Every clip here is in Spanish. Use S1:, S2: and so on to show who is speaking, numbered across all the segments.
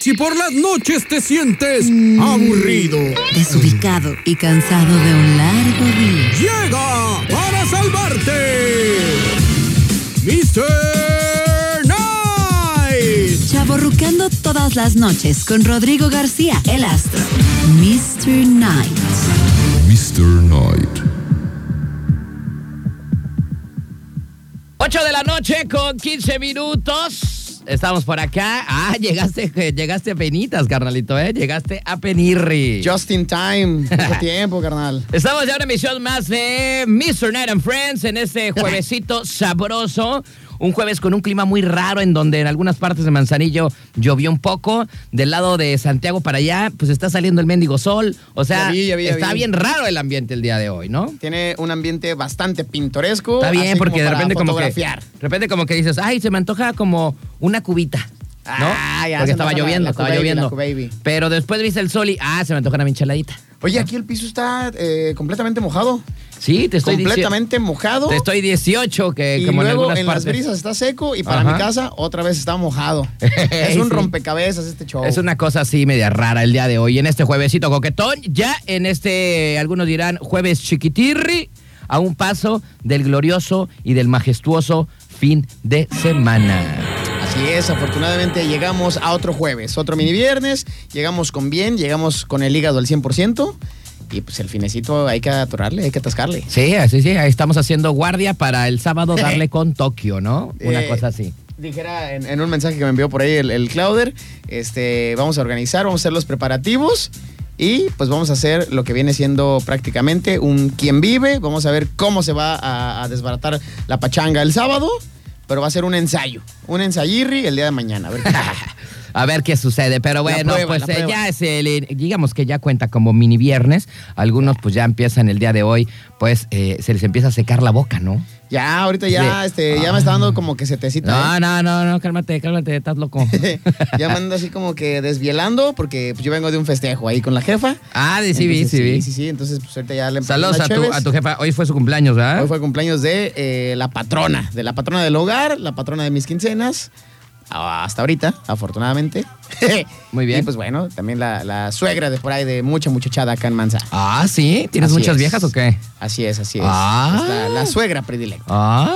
S1: Si por las noches te sientes aburrido,
S2: desubicado y cansado de un largo día.
S1: llega para salvarte. Mr. Night.
S2: Chaborrucando todas las noches con Rodrigo García, el astro. Mr. Night.
S3: Mr. Knight.
S4: 8 de la noche con 15 minutos. Estamos por acá. Ah, llegaste, llegaste a penitas, carnalito, ¿eh? Llegaste a penirri.
S5: Just in time. Mucho tiempo, carnal.
S4: Estamos ya en una emisión más de Mr. Night and Friends en este juevesito sabroso. Un jueves con un clima muy raro en donde en algunas partes de Manzanillo llovió un poco. Del lado de Santiago para allá, pues está saliendo el mendigo sol. O sea,
S5: Ya vi, ya vi, ya
S4: está
S5: vi.
S4: bien raro el ambiente el día de hoy, ¿no?
S5: Tiene un ambiente bastante pintoresco.
S4: Está bien,
S5: así
S4: porque de
S5: para
S4: repente como que.
S5: fotografiar.
S4: De repente como que dices, ay, se me antoja como una cubita. ¿No?
S5: Ah, ya,
S4: porque
S5: se
S4: estaba
S5: antoja la-
S4: lloviendo,
S5: la
S4: estaba
S5: Cubaby,
S4: lloviendo.
S5: la Cubaby.
S4: Pero después viste el sol y, ah, se me antoja una micheladita.
S5: Oye, aquí el piso está eh, completamente mojado.
S4: Sí, te estoy dici-
S5: completamente mojado.
S4: Te estoy 18, que
S5: y
S4: como en
S5: luego
S4: algunas
S5: en, las
S4: partes.
S5: brisas está seco y para
S4: Ajá.
S5: mi casa otra vez está mojado.
S4: Sí.
S5: es un rompecabezas este show.
S4: Es una cosa así media rara el día de hoy, en este juevesito coquetón, ya en este, algunos dirán, jueves chiquitirri, a un paso del glorioso y del majestuoso fin de semana.
S5: Así es, afortunadamente llegamos a otro jueves, otro mini viernes. Llegamos con bien, llegamos con el hígado al 100%. Y pues el finecito hay que atorarle, hay que atascarle.
S4: Sí, sí, sí, ahí estamos haciendo guardia para el sábado darle con Tokio, ¿no? Una
S5: Eh,
S4: cosa así.
S5: Dijera en, en un mensaje que me envió por ahí el, el Clauder, este, vamos a organizar, vamos a hacer los preparativos y pues vamos a hacer lo que viene siendo prácticamente un quien vive, vamos a ver cómo se va a, a desbaratar la pachanga el sábado, pero va a ser un ensayo, un ensayirri el día de mañana, a ver qué tal.
S4: A ver qué sucede, pero bueno,
S5: prueba,
S4: pues
S5: la
S4: eh,
S5: prueba.
S4: ya es el, eh, digamos que ya cuenta como mini viernes, algunos pues ya empiezan el día de hoy, pues eh, se les empieza a secar la boca, ¿no?
S5: Ya, ahorita ya,
S4: Sí. Ah.
S5: este, ya me está dando como que se te
S4: No, no, no, no, cálmate, cálmate, estás loco.
S5: ya me ando así como que desvielando porque pues, yo vengo de un festejo ahí con la jefa.
S4: ah, de sí, vi,
S5: Entonces,
S4: sí, vi.
S5: Sí, sí, entonces pues ahorita ya le empecé
S4: Saludos
S5: las
S4: a tu,
S5: cheves.
S4: a tu jefa, hoy fue su cumpleaños, ¿verdad?
S5: Hoy fue cumpleaños de eh, la patrona, de la patrona del hogar, la patrona de mis quincenas. Ah, Hasta ahorita, afortunadamente.
S4: Muy bien.
S5: Y pues bueno, también la, la suegra de por ahí de mucha muchachada acá en Mansa.
S4: Ah, sí, ¿tienes
S5: Así
S4: muchas
S5: es.
S4: viejas o qué?
S5: Así es, así es.
S4: Ah.
S5: Es la, la suegra predilecta.
S4: Ah.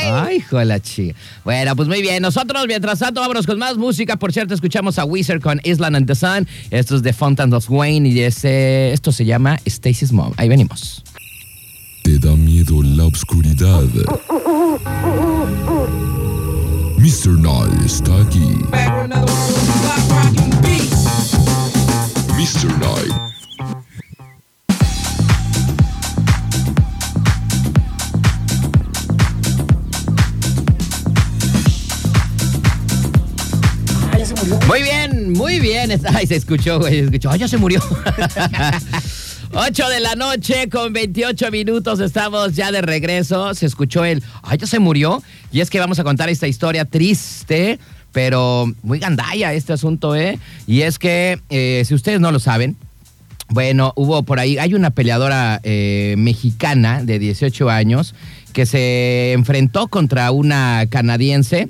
S4: Ay, hijo de la chica. Bueno, pues muy bien. Nosotros, mientras tanto, vámonos con más música. Por cierto, escuchamos a Wizard con Island and the Sun. Esto es de Fountain of Wayne y ese, esto se llama Stacy's Mom. Ahí venimos.
S3: ¿Te da miedo la oscuridad? Mr. Knight está aquí. Mr. Knight.
S4: Muy bien, muy bien. Ay, se escuchó, güey. Se escuchó. Ay, ya se murió. 8 de la noche con 28 minutos. Estamos ya de regreso. Se escuchó el. Ay, ya se murió. Y es que vamos a contar esta historia triste, pero muy gandalla este asunto, ¿eh? Y es que, eh, si ustedes no lo saben, bueno, hubo por ahí, hay una peleadora eh, mexicana de 18 años que se enfrentó contra una canadiense,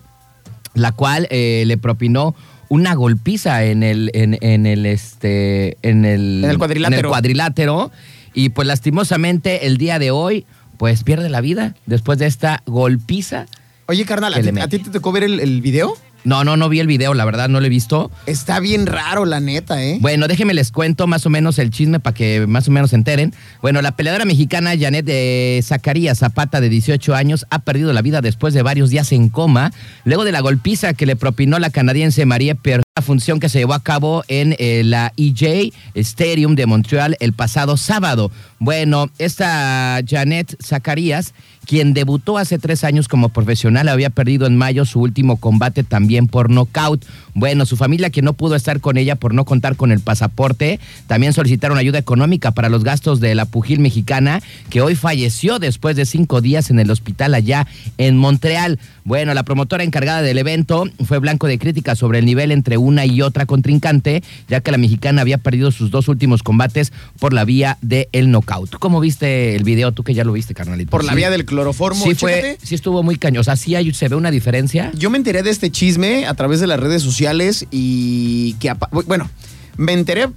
S4: la cual eh, le propinó una golpiza en el, en, en el, este, en el,
S5: En el cuadrilátero.
S4: en el cuadrilátero. Y pues lastimosamente el día de hoy, pues pierde la vida después de esta golpiza.
S5: Oye, carnal, ¿a
S4: Que le
S5: ti, a
S4: mete.
S5: ti te tocó ver el, el video?
S4: No, no, no vi el video, la verdad no lo he visto.
S5: Está bien raro, la neta, ¿eh?
S4: Bueno, déjenme les cuento más o menos el chisme para que más o menos se enteren. Bueno, la peleadora mexicana Janet de Zacarías Zapata, de 18 años, ha perdido la vida después de varios días en coma, luego de la golpiza que le propinó la canadiense María Pierre. La función que se llevó a cabo en eh, la EJ Stadium de Montreal el pasado sábado. Bueno, esta Janet Zacarías, quien debutó hace tres años como profesional, había perdido en mayo su último combate también por nocaut. Bueno, su familia, que no pudo estar con ella por no contar con el pasaporte, también solicitaron ayuda económica para los gastos de la pugil mexicana, que hoy falleció después de cinco días en el hospital allá en Montreal. Bueno, la promotora encargada del evento fue blanco de críticas sobre el nivel entre una y otra contrincante, ya que la mexicana había perdido sus dos últimos combates por la vía del knockout. ¿Cómo viste el video? Tú que ya lo viste, carnalito.
S5: Por la
S4: Sí.
S5: vía del cloroformo.
S4: sí fue,
S5: Chécate.
S4: sí estuvo muy cañón. O sea, sí hay- se ve una diferencia.
S5: Yo me enteré de este chisme a través de las redes sociales y que, apa- bueno, me enteré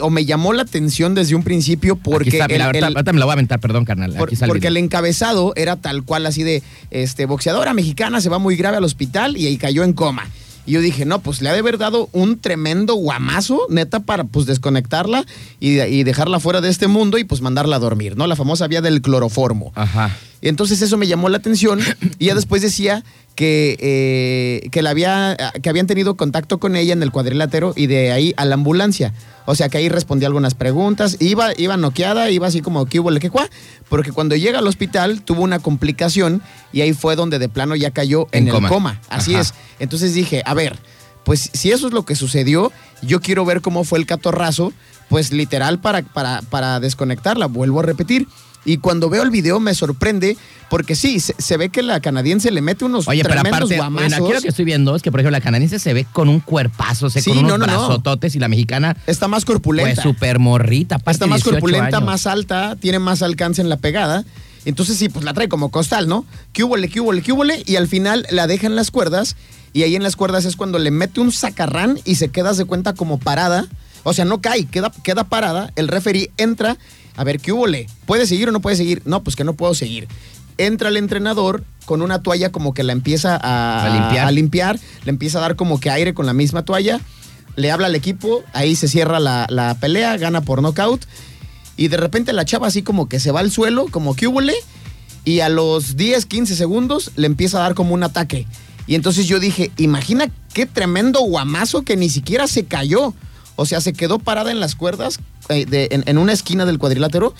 S5: o me llamó la atención desde un principio porque
S4: Aquí está,
S5: el-
S4: mira, ahorita,
S5: el-
S4: ahorita me la voy a aventar, perdón, carnal.
S5: por-
S4: Aquí está el
S5: porque
S4: video.
S5: el encabezado era tal cual así de este boxeadora mexicana se va muy grave al hospital y ahí cayó en coma. Y yo dije, no, pues le ha de haber dado un tremendo guamazo, neta, para pues desconectarla y, y dejarla fuera de este mundo y pues mandarla a dormir, ¿no? La famosa vía del cloroformo.
S4: Ajá.
S5: Y entonces eso me llamó la atención y ya después decía que, eh, que, la había, que habían tenido contacto con ella en el cuadrilátero y de ahí a la ambulancia. O sea que ahí respondía algunas preguntas, iba, iba noqueada, iba así como que hubo le que cuá", porque cuando llega al hospital tuvo una complicación y ahí fue donde de plano ya cayó en,
S4: En
S5: el coma.
S4: coma.
S5: Así
S4: Ajá.
S5: es. Entonces dije, a ver, pues si eso es lo que sucedió, yo quiero ver cómo fue el catorrazo, pues literal para, para, para desconectarla, vuelvo a repetir. Y cuando veo el video me sorprende, porque sí, se, se ve que la canadiense le mete unos
S4: Oye, pero
S5: tremendos
S4: aparte, bueno,
S5: guamazos.
S4: aquí lo que estoy viendo es que, por ejemplo, la canadiense se ve con un cuerpazo, o sea,
S5: Sí,
S4: con unos
S5: no, no, no.
S4: brazototes y la mexicana,
S5: Está más
S4: pues
S5: corpulenta.
S4: súper morrita. aparte,
S5: está más
S4: 18
S5: corpulenta,
S4: años.
S5: más alta, tiene más alcance en la pegada. Entonces sí, pues la trae como costal, ¿no? Que húbole, que húbole, que húbole, y al final la deja en las cuerdas, y ahí en las cuerdas es cuando le mete un sacarrán y se queda, se cuenta, como parada. O sea, no cae, queda, queda parada, el referee entra, a ver, ¿qué húbole? ¿Puede seguir o no puede seguir? No, pues que no puedo seguir. Entra el entrenador con una toalla como que la empieza a,
S4: A limpiar.
S5: limpiar, le empieza a dar como que aire con la misma toalla, le habla al equipo, ahí se cierra la, la pelea, gana por nocaut y de repente la chava así como que se va al suelo, como que húbole, y a los 10, 15 segundos le empieza a dar como un ataque. Y entonces yo dije, imagina qué tremendo guamazo que ni siquiera se cayó. O sea, se quedó parada en las cuerdas, eh, de- en, en una esquina del cuadrilátero,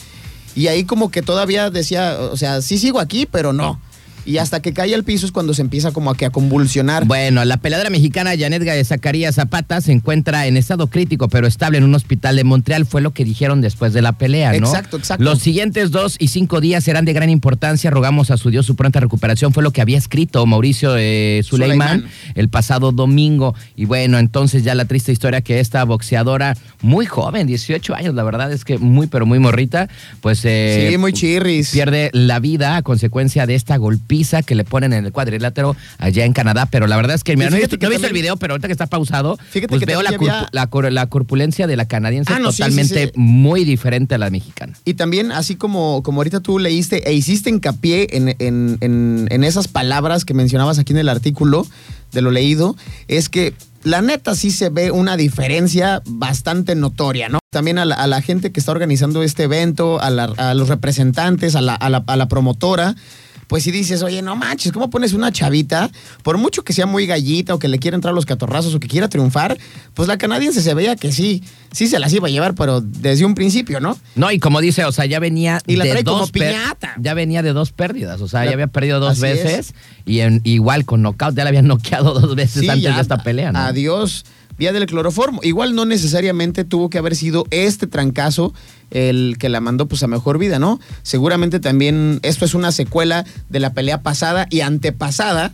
S5: y ahí como que todavía decía, o sea, sí sigo aquí, pero no. Y hasta que cae al piso es cuando se empieza como a que a convulsionar.
S4: Bueno, la peladora mexicana Janet Ga- Zacarías Zapata se encuentra en estado crítico, pero estable en un hospital de Montreal, fue lo que dijeron después de la pelea, ¿no?
S5: Exacto, exacto.
S4: Los siguientes dos y cinco días serán de gran importancia. Rogamos a su Dios su pronta recuperación. Fue lo que había escrito Mauricio eh, Suleimán
S5: Suleimán.
S4: el pasado domingo. Y bueno, entonces ya la triste historia que esta boxeadora, muy joven, 18 años, la verdad es que muy, pero muy morrita, pues. eh,
S5: sí, muy chirris.
S4: pierde la vida a consecuencia de esta golpiza que le ponen en el cuadrilátero allá en Canadá. Pero la verdad es que, mira,
S5: Y
S4: no he
S5: fíjate
S4: visto,
S5: que
S4: no he visto el
S5: también-
S4: video, pero ahorita que está pausado,
S5: Fíjate
S4: pues
S5: que
S4: veo la,
S5: también había-
S4: corpu- la, cor- la corpulencia de la canadiense
S5: Ah, no, sí, sí,
S4: totalmente
S5: sí.
S4: muy diferente a la mexicana.
S5: Y también, así como, como ahorita tú leíste e hiciste hincapié en, en- en- en esas palabras que mencionabas aquí en el artículo de lo leído, es que la neta sí se ve una diferencia bastante notoria, ¿no? También a la, a la gente que está organizando este evento, a, la- a los representantes, a la, a la- a la promotora. Pues si dices, oye, no manches, ¿cómo pones una chavita? Por mucho que sea muy gallita o que le quiera entrar a los catorrazos o que quiera triunfar, pues la canadiense se veía que sí, sí se las iba a llevar, pero desde un principio, ¿no?
S4: No, y como dice, o sea, ya venía
S5: Y la
S4: de
S5: trae como
S4: dos per-
S5: piñata.
S4: Ya venía de dos pérdidas, o sea,
S5: La-
S4: ya había perdido dos
S5: así
S4: veces y en, igual con knockout ya la habían noqueado dos veces
S5: Sí,
S4: antes
S5: ya,
S4: de esta pelea, ¿no?
S5: Adiós, vía del cloroformo. Igual no necesariamente tuvo que haber sido este trancazo el que la mandó pues a mejor vida, ¿no? Seguramente también esto es una secuela de la pelea pasada y antepasada.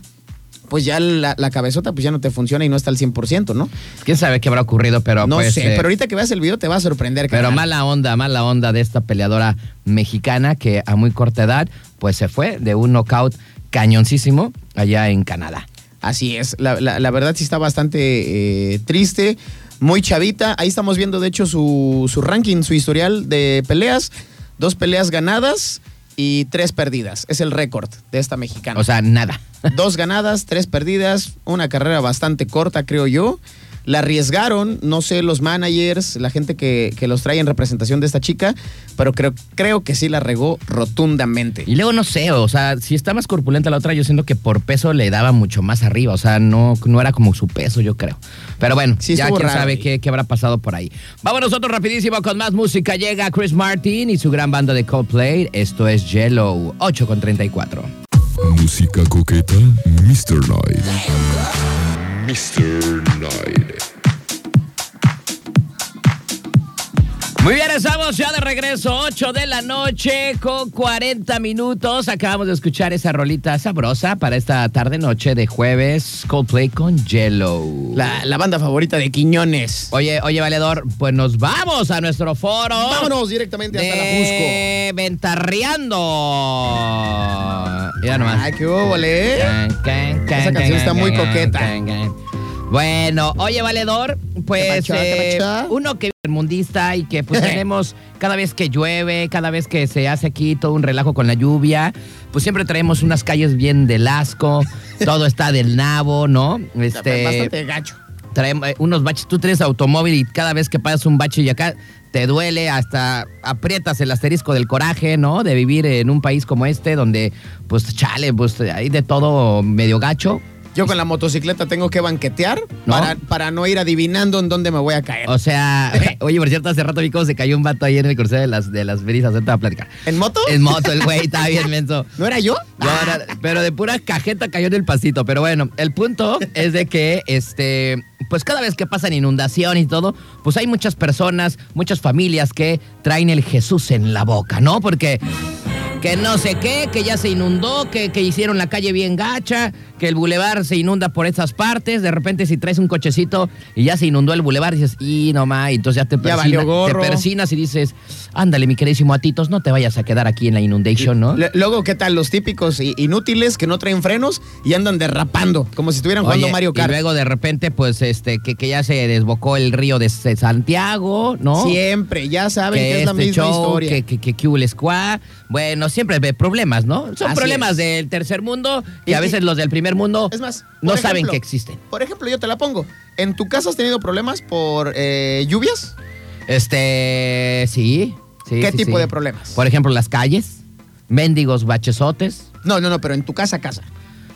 S5: Pues ya la, la cabezota pues ya no te funciona y no está al 100%, ¿no?
S4: ¿Quién sabe qué habrá ocurrido? Pero
S5: no
S4: pues,
S5: sé,
S4: eh,
S5: pero ahorita que veas el video te va a sorprender.
S4: Pero
S5: carnal.
S4: mala onda, mala onda de esta peleadora mexicana que a muy corta edad pues se fue de un knockout cañoncísimo allá en Canadá.
S5: Así es, la, la- la verdad sí está bastante eh, triste, muy chavita. Ahí estamos viendo, de hecho, su, su ranking, su historial de peleas. Dos peleas ganadas y tres perdidas. Es el récord de esta mexicana.
S4: O sea, nada.
S5: dos ganadas, tres perdidas, una carrera bastante corta, creo yo. La arriesgaron, no sé, los managers, la gente que, que los trae en representación de esta chica, pero creo, creo que sí la regó rotundamente.
S4: Y luego no sé, o sea, si está más corpulenta la otra, yo siento que por peso le daba mucho más arriba, o sea, no, no era como su peso, yo creo. Pero bueno,
S5: Sí,
S4: ya
S5: estuvo
S4: quién
S5: raro
S4: sabe
S5: ahí.
S4: qué, qué habrá pasado por ahí. Vamos nosotros rapidísimo con más música. Llega Chris Martin y su gran banda de Coldplay. Esto es Yellow, 8 con 34.
S3: Música coqueta, Mr. Night. Mr. Night.
S4: Muy bien, estamos ya de regreso, 8 de la noche con 40 minutos. Acabamos de escuchar esa rolita sabrosa para esta tarde-noche de jueves, Coldplay con Yellow.
S5: La, la banda favorita de Quiñones.
S4: Oye, oye, valedor, pues nos vamos a nuestro foro.
S5: Vámonos directamente hasta la
S4: de Ventarreando. Mira nomás.
S5: Ay, qué óvole, ¿eh? Esa canción está muy coqueta.
S4: Bueno, oye, Valedor, pues
S5: ¿Qué pacha, qué
S4: eh,
S5: pacha?
S4: uno que es mundista y que pues tenemos cada vez que llueve, cada vez que se hace aquí todo un relajo con la lluvia, pues siempre traemos unas calles bien del asco, todo está del nabo, ¿no?
S5: Este... Bastante gacho.
S4: traemos eh, unos baches. Tú tienes automóvil y cada vez que pasas un bache y acá te duele, hasta aprietas el asterisco del coraje, ¿no? De vivir en un país como este, donde, pues, chale, pues, hay de todo medio gacho.
S5: Yo con la motocicleta tengo que banquetear
S4: ¿No?
S5: Para, para no ir adivinando en dónde me voy a caer.
S4: O sea, oye, por cierto, hace rato vi cómo se cayó un vato ahí en el crucero de las, de las brisas. Ahorita voy a platicar.
S5: ¿En moto?
S4: En moto, el güey, está bien menso.
S5: ¿No era yo?
S4: No, no, no, pero de pura cajeta cayó en el pasito. Pero bueno, el punto es de que, este, pues cada vez que pasan inundaciones y todo, pues hay muchas personas, muchas familias que traen el Jesús en la boca, ¿no? Porque que no sé qué, que ya se inundó, que, que hicieron la calle bien gacha, que el bulevar se inunda por esas partes. De repente, si traes un cochecito y ya se inundó el bulevar, dices, y no más, y entonces ya te
S5: Ya
S4: persina-
S5: valió
S4: te
S5: gorro.
S4: persinas y dices, ándale, mi queridísimo Atitos, no te vayas a quedar aquí en la inundation, ¿no?
S5: Le- Luego, ¿qué tal los típicos i- inútiles que no traen frenos y andan derrapando, como si estuvieran jugando
S4: Oye,
S5: Mario Kart?
S4: Y luego de repente, pues, este, que, que ya se desbocó el río de S- Santiago, ¿no?
S5: Siempre, ya saben que, es la
S4: este
S5: misma
S4: show,
S5: historia.
S4: Que, que, que, que hubo el squad. Bueno, siempre ve problemas, ¿no? Son
S5: Así
S4: problemas
S5: es.
S4: del tercer mundo y,
S5: Y-
S4: a veces los del primer mundo
S5: Es más,
S4: no
S5: por
S4: saben
S5: ejemplo,
S4: que existen.
S5: Por ejemplo, yo te la pongo. ¿En tu casa has tenido problemas por eh, lluvias?
S4: Este, sí. sí,
S5: ¿Qué
S4: sí,
S5: tipo
S4: sí.
S5: de problemas?
S4: Por ejemplo, las calles, mendigos bachesotes.
S5: No, no, no, pero en tu casa, casa.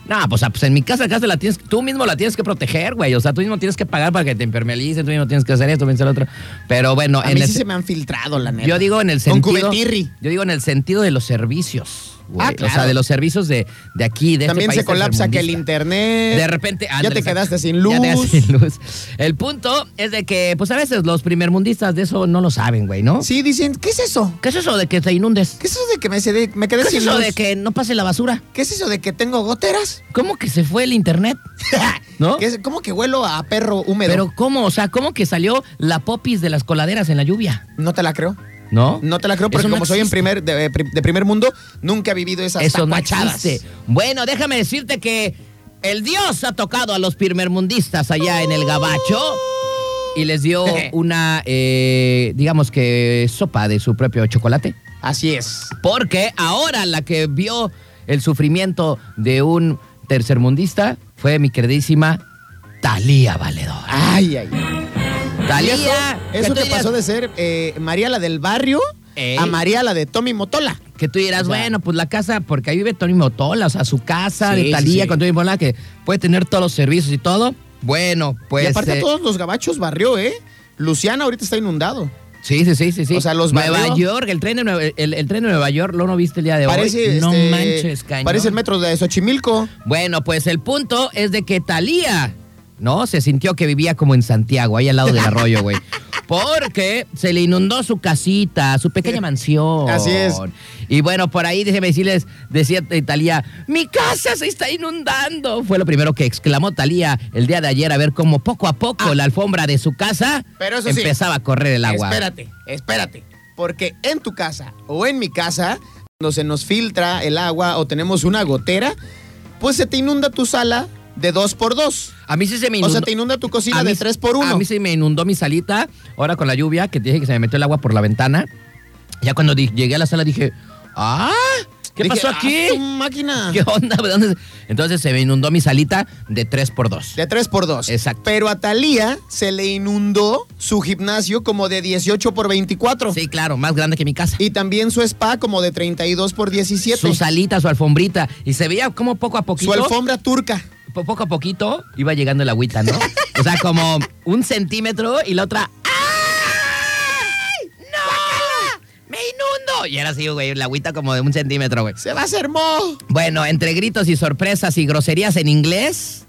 S4: No, pues, ah, pues en mi casa, casa la tienes, tú mismo la tienes que proteger, güey. O sea, tú mismo tienes que pagar para que te impermeabilicen, tú mismo tienes que hacer esto, tú mismo hacer lo otro. Pero bueno,
S5: A
S4: en
S5: mí sí
S4: ese-
S5: se me han filtrado, la neta.
S4: Yo digo en el
S5: Con
S4: sentido.
S5: cubetirri.
S4: Yo digo en el sentido de los servicios. güey.
S5: Ah, claro.
S4: O sea, de los servicios de, de aquí, de este
S5: También
S4: país
S5: se colapsa que el
S4: tercermundista.
S5: internet.
S4: De repente.
S5: ya
S4: ándale,
S5: te quedaste
S4: exacto.
S5: sin luz.
S4: Ya te quedaste sin luz. El punto es de que, pues a veces los primermundistas de eso no lo saben, güey, ¿no?
S5: Sí, dicen, ¿qué es eso?
S4: ¿Qué es eso de que te inundes?
S5: ¿Qué es eso de que me, cedé- me quedé
S4: ¿Qué es
S5: sin
S4: eso
S5: luz?
S4: de que no pase la basura?
S5: ¿Qué es eso de que tengo goteras?
S4: ¿Cómo que se fue el internet? ¿No?
S5: ¿Qué es- ¿Cómo que huelo a perro húmedo?
S4: Pero ¿cómo? O sea, ¿cómo que salió la popis de las coladeras en la lluvia?
S5: no te la creo.
S4: ¿No?
S5: No te la creo,
S4: Eso
S5: porque
S4: no
S5: como soy en
S4: existe.
S5: primer, de, eh, de primer mundo, nunca he vivido esas
S4: Eso no
S5: tacuachadas.
S4: existe. Bueno, déjame decirte que el Dios ha tocado a los primermundistas allá en el Gabacho y les dio una, eh, digamos que, sopa de su propio chocolate.
S5: Así es.
S4: Porque ahora la que vio el sufrimiento de un tercermundista fue mi queridísima Talía Valedor.
S5: Ay, ay, ay.
S4: Talía.
S5: Eso
S4: tú
S5: que pasó de
S4: dirás-
S5: ser eh, María la del barrio
S4: Ey.
S5: a María la de Tommy Motola.
S4: Que tú dirás,
S5: O sea-
S4: bueno, pues la casa, porque ahí vive Tony Motola, o sea, su casa
S5: Sí,
S4: de
S5: sí,
S4: Talía
S5: sí.
S4: con Tony Motola, que puede tener todos los servicios y todo. Bueno, pues.
S5: y aparte
S4: eh,
S5: a todos los gabachos barrió, ¿eh? Luciana ahorita está inundado.
S4: Sí, sí, sí, sí, sí.
S5: O sea, los
S4: Nueva
S5: barrió.
S4: York, el tren de Nueva, el, el tren de Nueva York, ¿lo no viste el día de
S5: Parece,
S4: hoy? No
S5: este,
S4: manches, cañón.
S5: Parece el metro de Xochimilco.
S4: Bueno, pues el punto es de que Talía, ¿no? Se sintió que vivía como en Santiago, ahí al lado del arroyo, güey. Porque se le inundó su casita, su pequeña mansión.
S5: Así es.
S4: Y bueno, por ahí déjeme decirles, decía Talía, mi casa se está inundando. Fue lo primero que exclamó Talía el día de ayer a ver cómo poco a poco la alfombra de su casa
S5: Ah. Pero eso sí.
S4: empezaba a correr el agua.
S5: Espérate, espérate. Porque en tu casa o en mi casa, cuando se nos filtra el agua o tenemos una gotera, pues se te inunda tu sala de dos por dos.
S4: A mí sí se me
S5: O
S4: inundó.
S5: sea, te inunda tu cocina
S4: A
S5: de
S4: mí-
S5: tres por uno.
S4: A mí se me inundó mi salita. Ahora con la lluvia, que dije que se me metió el agua por la ventana. Ya cuando di- llegué a la sala dije, ¡ah! ¿Qué
S5: Dije,
S4: pasó
S5: "Ah,
S4: aquí?
S5: tu máquina.
S4: ¿Qué onda? ¿De dónde se-?" Entonces se me inundó mi salita de 3x2.
S5: De 3 por 2
S4: Exacto.
S5: Pero a Talía se le inundó su gimnasio como de 18 por 24.
S4: Sí, claro, más grande que mi casa.
S5: Y también su spa como de 32 por 17.
S4: Su salita, su alfombrita. Y se veía como poco a
S5: Su
S4: poquito.
S5: alfombra turca.
S4: po- poco a poquito iba llegando el agüita, ¿no? o sea, como un centímetro y la otra. ¡Ay! ¡No! ¡Me inundo! Y era así, güey, la agüita como de un centímetro, güey.
S5: Se va a hacer mo.
S4: Bueno, entre gritos y sorpresas y groserías en inglés,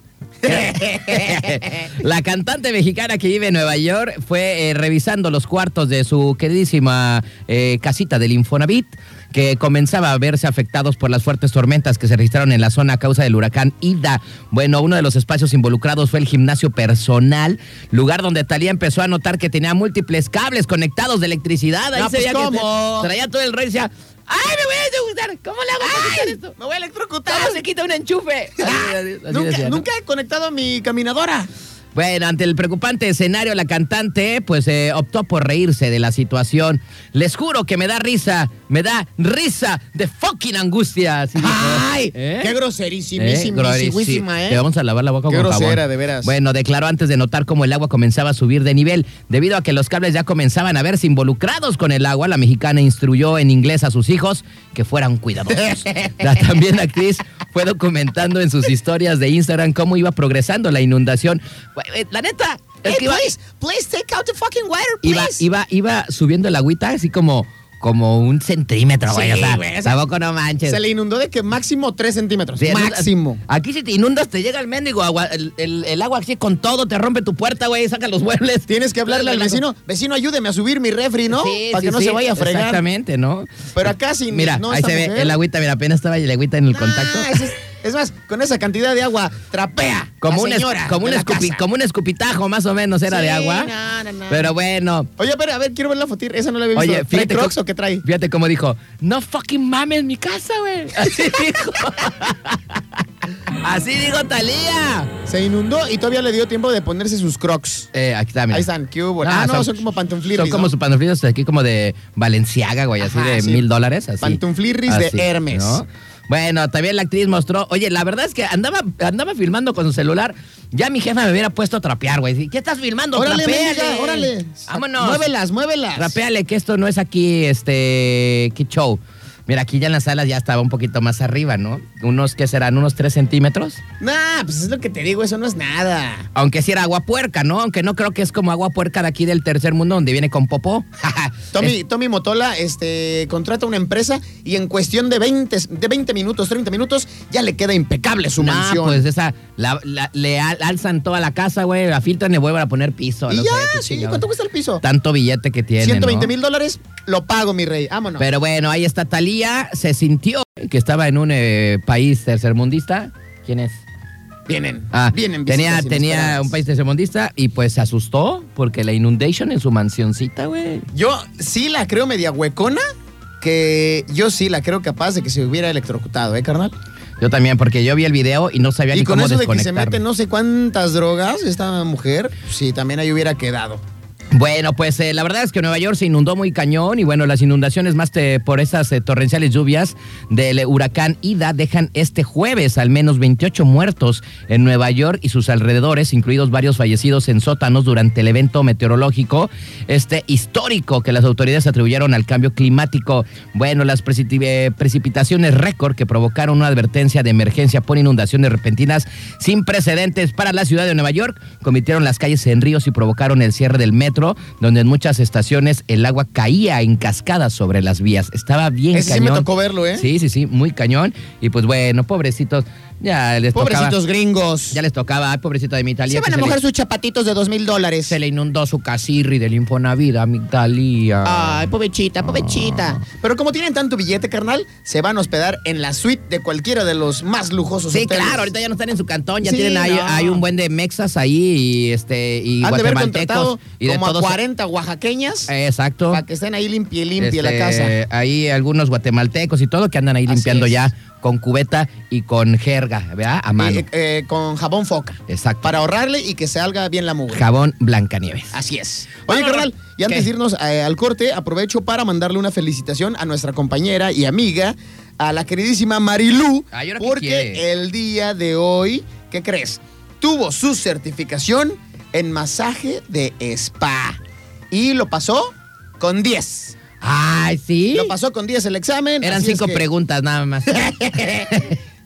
S4: La cantante mexicana que vive en Nueva York fue eh, revisando los cuartos de su queridísima eh, casita del Infonavit, que comenzaba a verse afectados por las fuertes tormentas que se registraron en la zona a causa del huracán Ida. Bueno, uno de los espacios involucrados fue el gimnasio personal, lugar donde Talía empezó a notar que tenía múltiples cables conectados de electricidad. Ahí
S5: No,
S4: se
S5: pues,
S4: veía que
S5: ¿cómo?
S4: te- traía todo el rey y decía, ¡ay, me voy a desgustar! ¿Cómo le hago para quitar esto?
S5: Me voy a electrocutar. ¡Ah!
S4: ¿Cómo se quita un enchufe? Así- así- así
S5: nunca,
S4: decía, ¿no?
S5: nunca he conectado a mi caminadora.
S4: Bueno, ante el preocupante escenario, la cantante pues eh, optó por reírse de la situación. Les juro que me da risa, me da risa de fucking angustia. así dijo.
S5: ¡Ay!
S4: ¿Eh?
S5: ¡Qué
S4: Eh,
S5: groserísimísima,
S4: groserísima,
S5: ¿eh?
S4: Te vamos a lavar la boca
S5: Qué
S4: con
S5: grosera,
S4: jabón.
S5: de veras.
S4: Bueno, declaró antes de notar cómo el agua comenzaba a subir de nivel. Debido a que los cables ya comenzaban a verse involucrados con el agua, la mexicana instruyó en inglés a sus hijos que fueran cuidadosos. la también actriz fue documentando en sus historias de Instagram cómo iba progresando la inundación. Bueno, eh, La neta, es
S5: Hey,
S4: que iba,
S5: please, please take out the fucking water,
S4: iba,
S5: please.
S4: iba, iba subiendo el agüita así como, como un centímetro, güey.
S5: Sí,
S4: o sea,
S5: güey, o sea,
S4: tampoco no manches.
S5: Se le inundó de que máximo 3 centímetros.
S4: Sí, entonces,
S5: máximo.
S4: Aquí si te inundas, te llega el mendigo agua, el, el- el agua así con todo, te rompe tu puerta, güey, saca los muebles.
S5: Tienes que hablarle al vecino. Vecino, ayúdeme a subir mi refri, ¿no?
S4: Sí,
S5: Para
S4: sí,
S5: que no
S4: sí,
S5: se vaya a fregar.
S4: Exactamente, ¿no?
S5: Pero acá sin-
S4: Mira,
S5: no,
S4: ahí
S5: esta
S4: se ve
S5: mujer.
S4: el agüita, mira, apenas estaba el agüita en el contacto.
S5: Ah, eso es, es más, con esa cantidad de agua, trapea.
S4: Como un,
S5: la
S4: es-
S5: señora
S4: como, un
S5: de la
S4: escupi-
S5: casa.
S4: como un escupitajo, más o menos, era
S5: Sí,
S4: de agua.
S5: no, no, no.
S4: Pero bueno.
S5: Oye, pero a ver, quiero ver la fotir. Esa no la había visto.
S4: Oye,
S5: ¿Trae
S4: fíjate.
S5: crocs
S4: cómo-
S5: o qué trae?
S4: Fíjate cómo dijo: No fucking mames mi casa, güey. Así dijo. Así dijo Talía.
S5: Se inundó y todavía le dio tiempo de ponerse sus crocs.
S4: Eh, aquí está, mira.
S5: Ahí están, ¿qué hubo? Ah, no, son como pantuflirris,
S4: Son como
S5: ¿no?
S4: sus pantuflirris aquí como de Valenciaga, güey, así
S5: Ajá,
S4: de
S5: sí.
S4: mil dólares. así.
S5: Pantuflirris de Hermes.
S4: Bueno, también la actriz mostró, oye, la verdad es que andaba, andaba filmando con su celular. Ya mi jefa me hubiera puesto a trapear, güey. así, ¿Qué estás filmando?
S5: Órale,
S4: Trapéale.
S5: mendiga, órale.
S4: Vámonos.
S5: Muévelas, muévelas.
S4: Trapeale, que esto no es aquí, este, que show. Mira, aquí ya en las salas ya estaba un poquito más arriba, ¿no? Unos, ¿qué serán? ¿Unos 3 centímetros?
S5: Nah, pues es lo que te digo, eso no es nada.
S4: Aunque sí era agua puerca, ¿no? Aunque no creo que es como agua puerca de aquí del tercer mundo donde viene con popó.
S5: Tommy, Tommy Motola este, contrata una empresa y en cuestión de 20, de 20 minutos, 30 minutos, ya le queda impecable su
S4: No,
S5: mansión.
S4: pues esa, la- la- le al- alzan toda la casa, güey, la filtran y vuelven a poner piso. pues,
S5: y
S4: no
S5: ya,
S4: sé qué
S5: sí,
S4: chingados.
S5: ¿cuánto cuesta el piso?
S4: Tanto billete que tiene.
S5: 120
S4: ¿no?
S5: mil dólares, lo pago, mi rey. Vámonos.
S4: Pero bueno, ahí está Talía, se sintió que estaba en un eh, país tercermundista. ¿Quién es?
S5: vienen,
S4: Ah,
S5: vienen.
S4: tenía,
S5: visitas
S4: tenía
S5: inesperadas.
S4: un país tercermundista y pues se asustó porque la inundation en su mansioncita, güey.
S5: Yo sí la creo media huecona, que yo sí la creo capaz de que se hubiera electrocutado, ¿eh, carnal?
S4: Yo también, porque yo vi el video y no sabía
S5: y
S4: ni
S5: con
S4: cómo
S5: eso de que se
S4: desconectarme.
S5: mete no sé cuántas drogas esta mujer, sí, también ahí hubiera quedado.
S4: Bueno, pues eh, la verdad es que Nueva York se inundó muy cañón y bueno, las inundaciones más te- por esas eh, torrenciales lluvias del eh, huracán Ida dejan este jueves al menos 28 muertos en Nueva York y sus alrededores, incluidos varios fallecidos en sótanos durante el evento meteorológico este histórico que las autoridades atribuyeron al cambio climático. Bueno, las precipiti- eh, precipitaciones récord que provocaron una advertencia de emergencia por inundaciones repentinas sin precedentes para la ciudad de Nueva York convirtieron las calles en ríos y provocaron el cierre del metro, donde en muchas estaciones el agua caía en cascadas sobre las vías. Estaba bien
S5: Ese sí
S4: cañón.
S5: me tocó verlo, ¿eh?
S4: Sí, sí, sí, muy cañón. Y pues bueno, pobrecitos, ya les
S5: Pobrecitos
S4: tocaba.
S5: gringos.
S4: Ya les tocaba, ay, pobrecito de mi Talía.
S5: se van
S4: que
S5: a
S4: le-
S5: mojar sus chapatitos de dos mil dólares.
S4: se le inundó su casirri del Infonavit a mi Talía.
S5: Ay, pobrecita, pobrecita. Pero como tienen tanto billete, carnal, se van a hospedar en la suite de cualquiera de los más lujosos
S4: Sí,
S5: hoteles.
S4: claro, ahorita ya no están en su cantón, ya
S5: Sí,
S4: tienen ahí,
S5: no.
S4: hay un buen de mexas ahí y este y
S5: Han de haber
S4: guatemaltecos
S5: contratado
S4: y de
S5: como a
S4: todos.
S5: 40 oaxaqueñas
S4: Eh, Exacto.
S5: para que estén ahí limpia y limpia la
S4: Este,
S5: casa.
S4: Ahí algunos guatemaltecos y todo que andan ahí
S5: Así
S4: limpiando
S5: es.
S4: ya con cubeta y con jerga, ¿verdad? A mano.
S5: Eh, eh, con jabón foca.
S4: Exacto.
S5: Para Ah. ahorrarle y que salga bien la mugre.
S4: Jabón Blancanieves.
S5: Así es. Oye,
S4: Vámonos.
S5: carnal, y antes
S4: ¿Qué?
S5: de irnos eh, al corte, aprovecho para mandarle una felicitación a nuestra compañera y amiga, a la queridísima Marilú,
S4: Ay, ¿ahora qué
S5: porque
S4: quiere?
S5: el día de hoy, ¿qué crees? Tuvo su certificación en masaje de spa y lo pasó con 10.
S4: Ay, sí.
S5: Lo pasó con 10 el examen.
S4: Eran
S5: así es
S4: cinco
S5: que-
S4: preguntas nada más.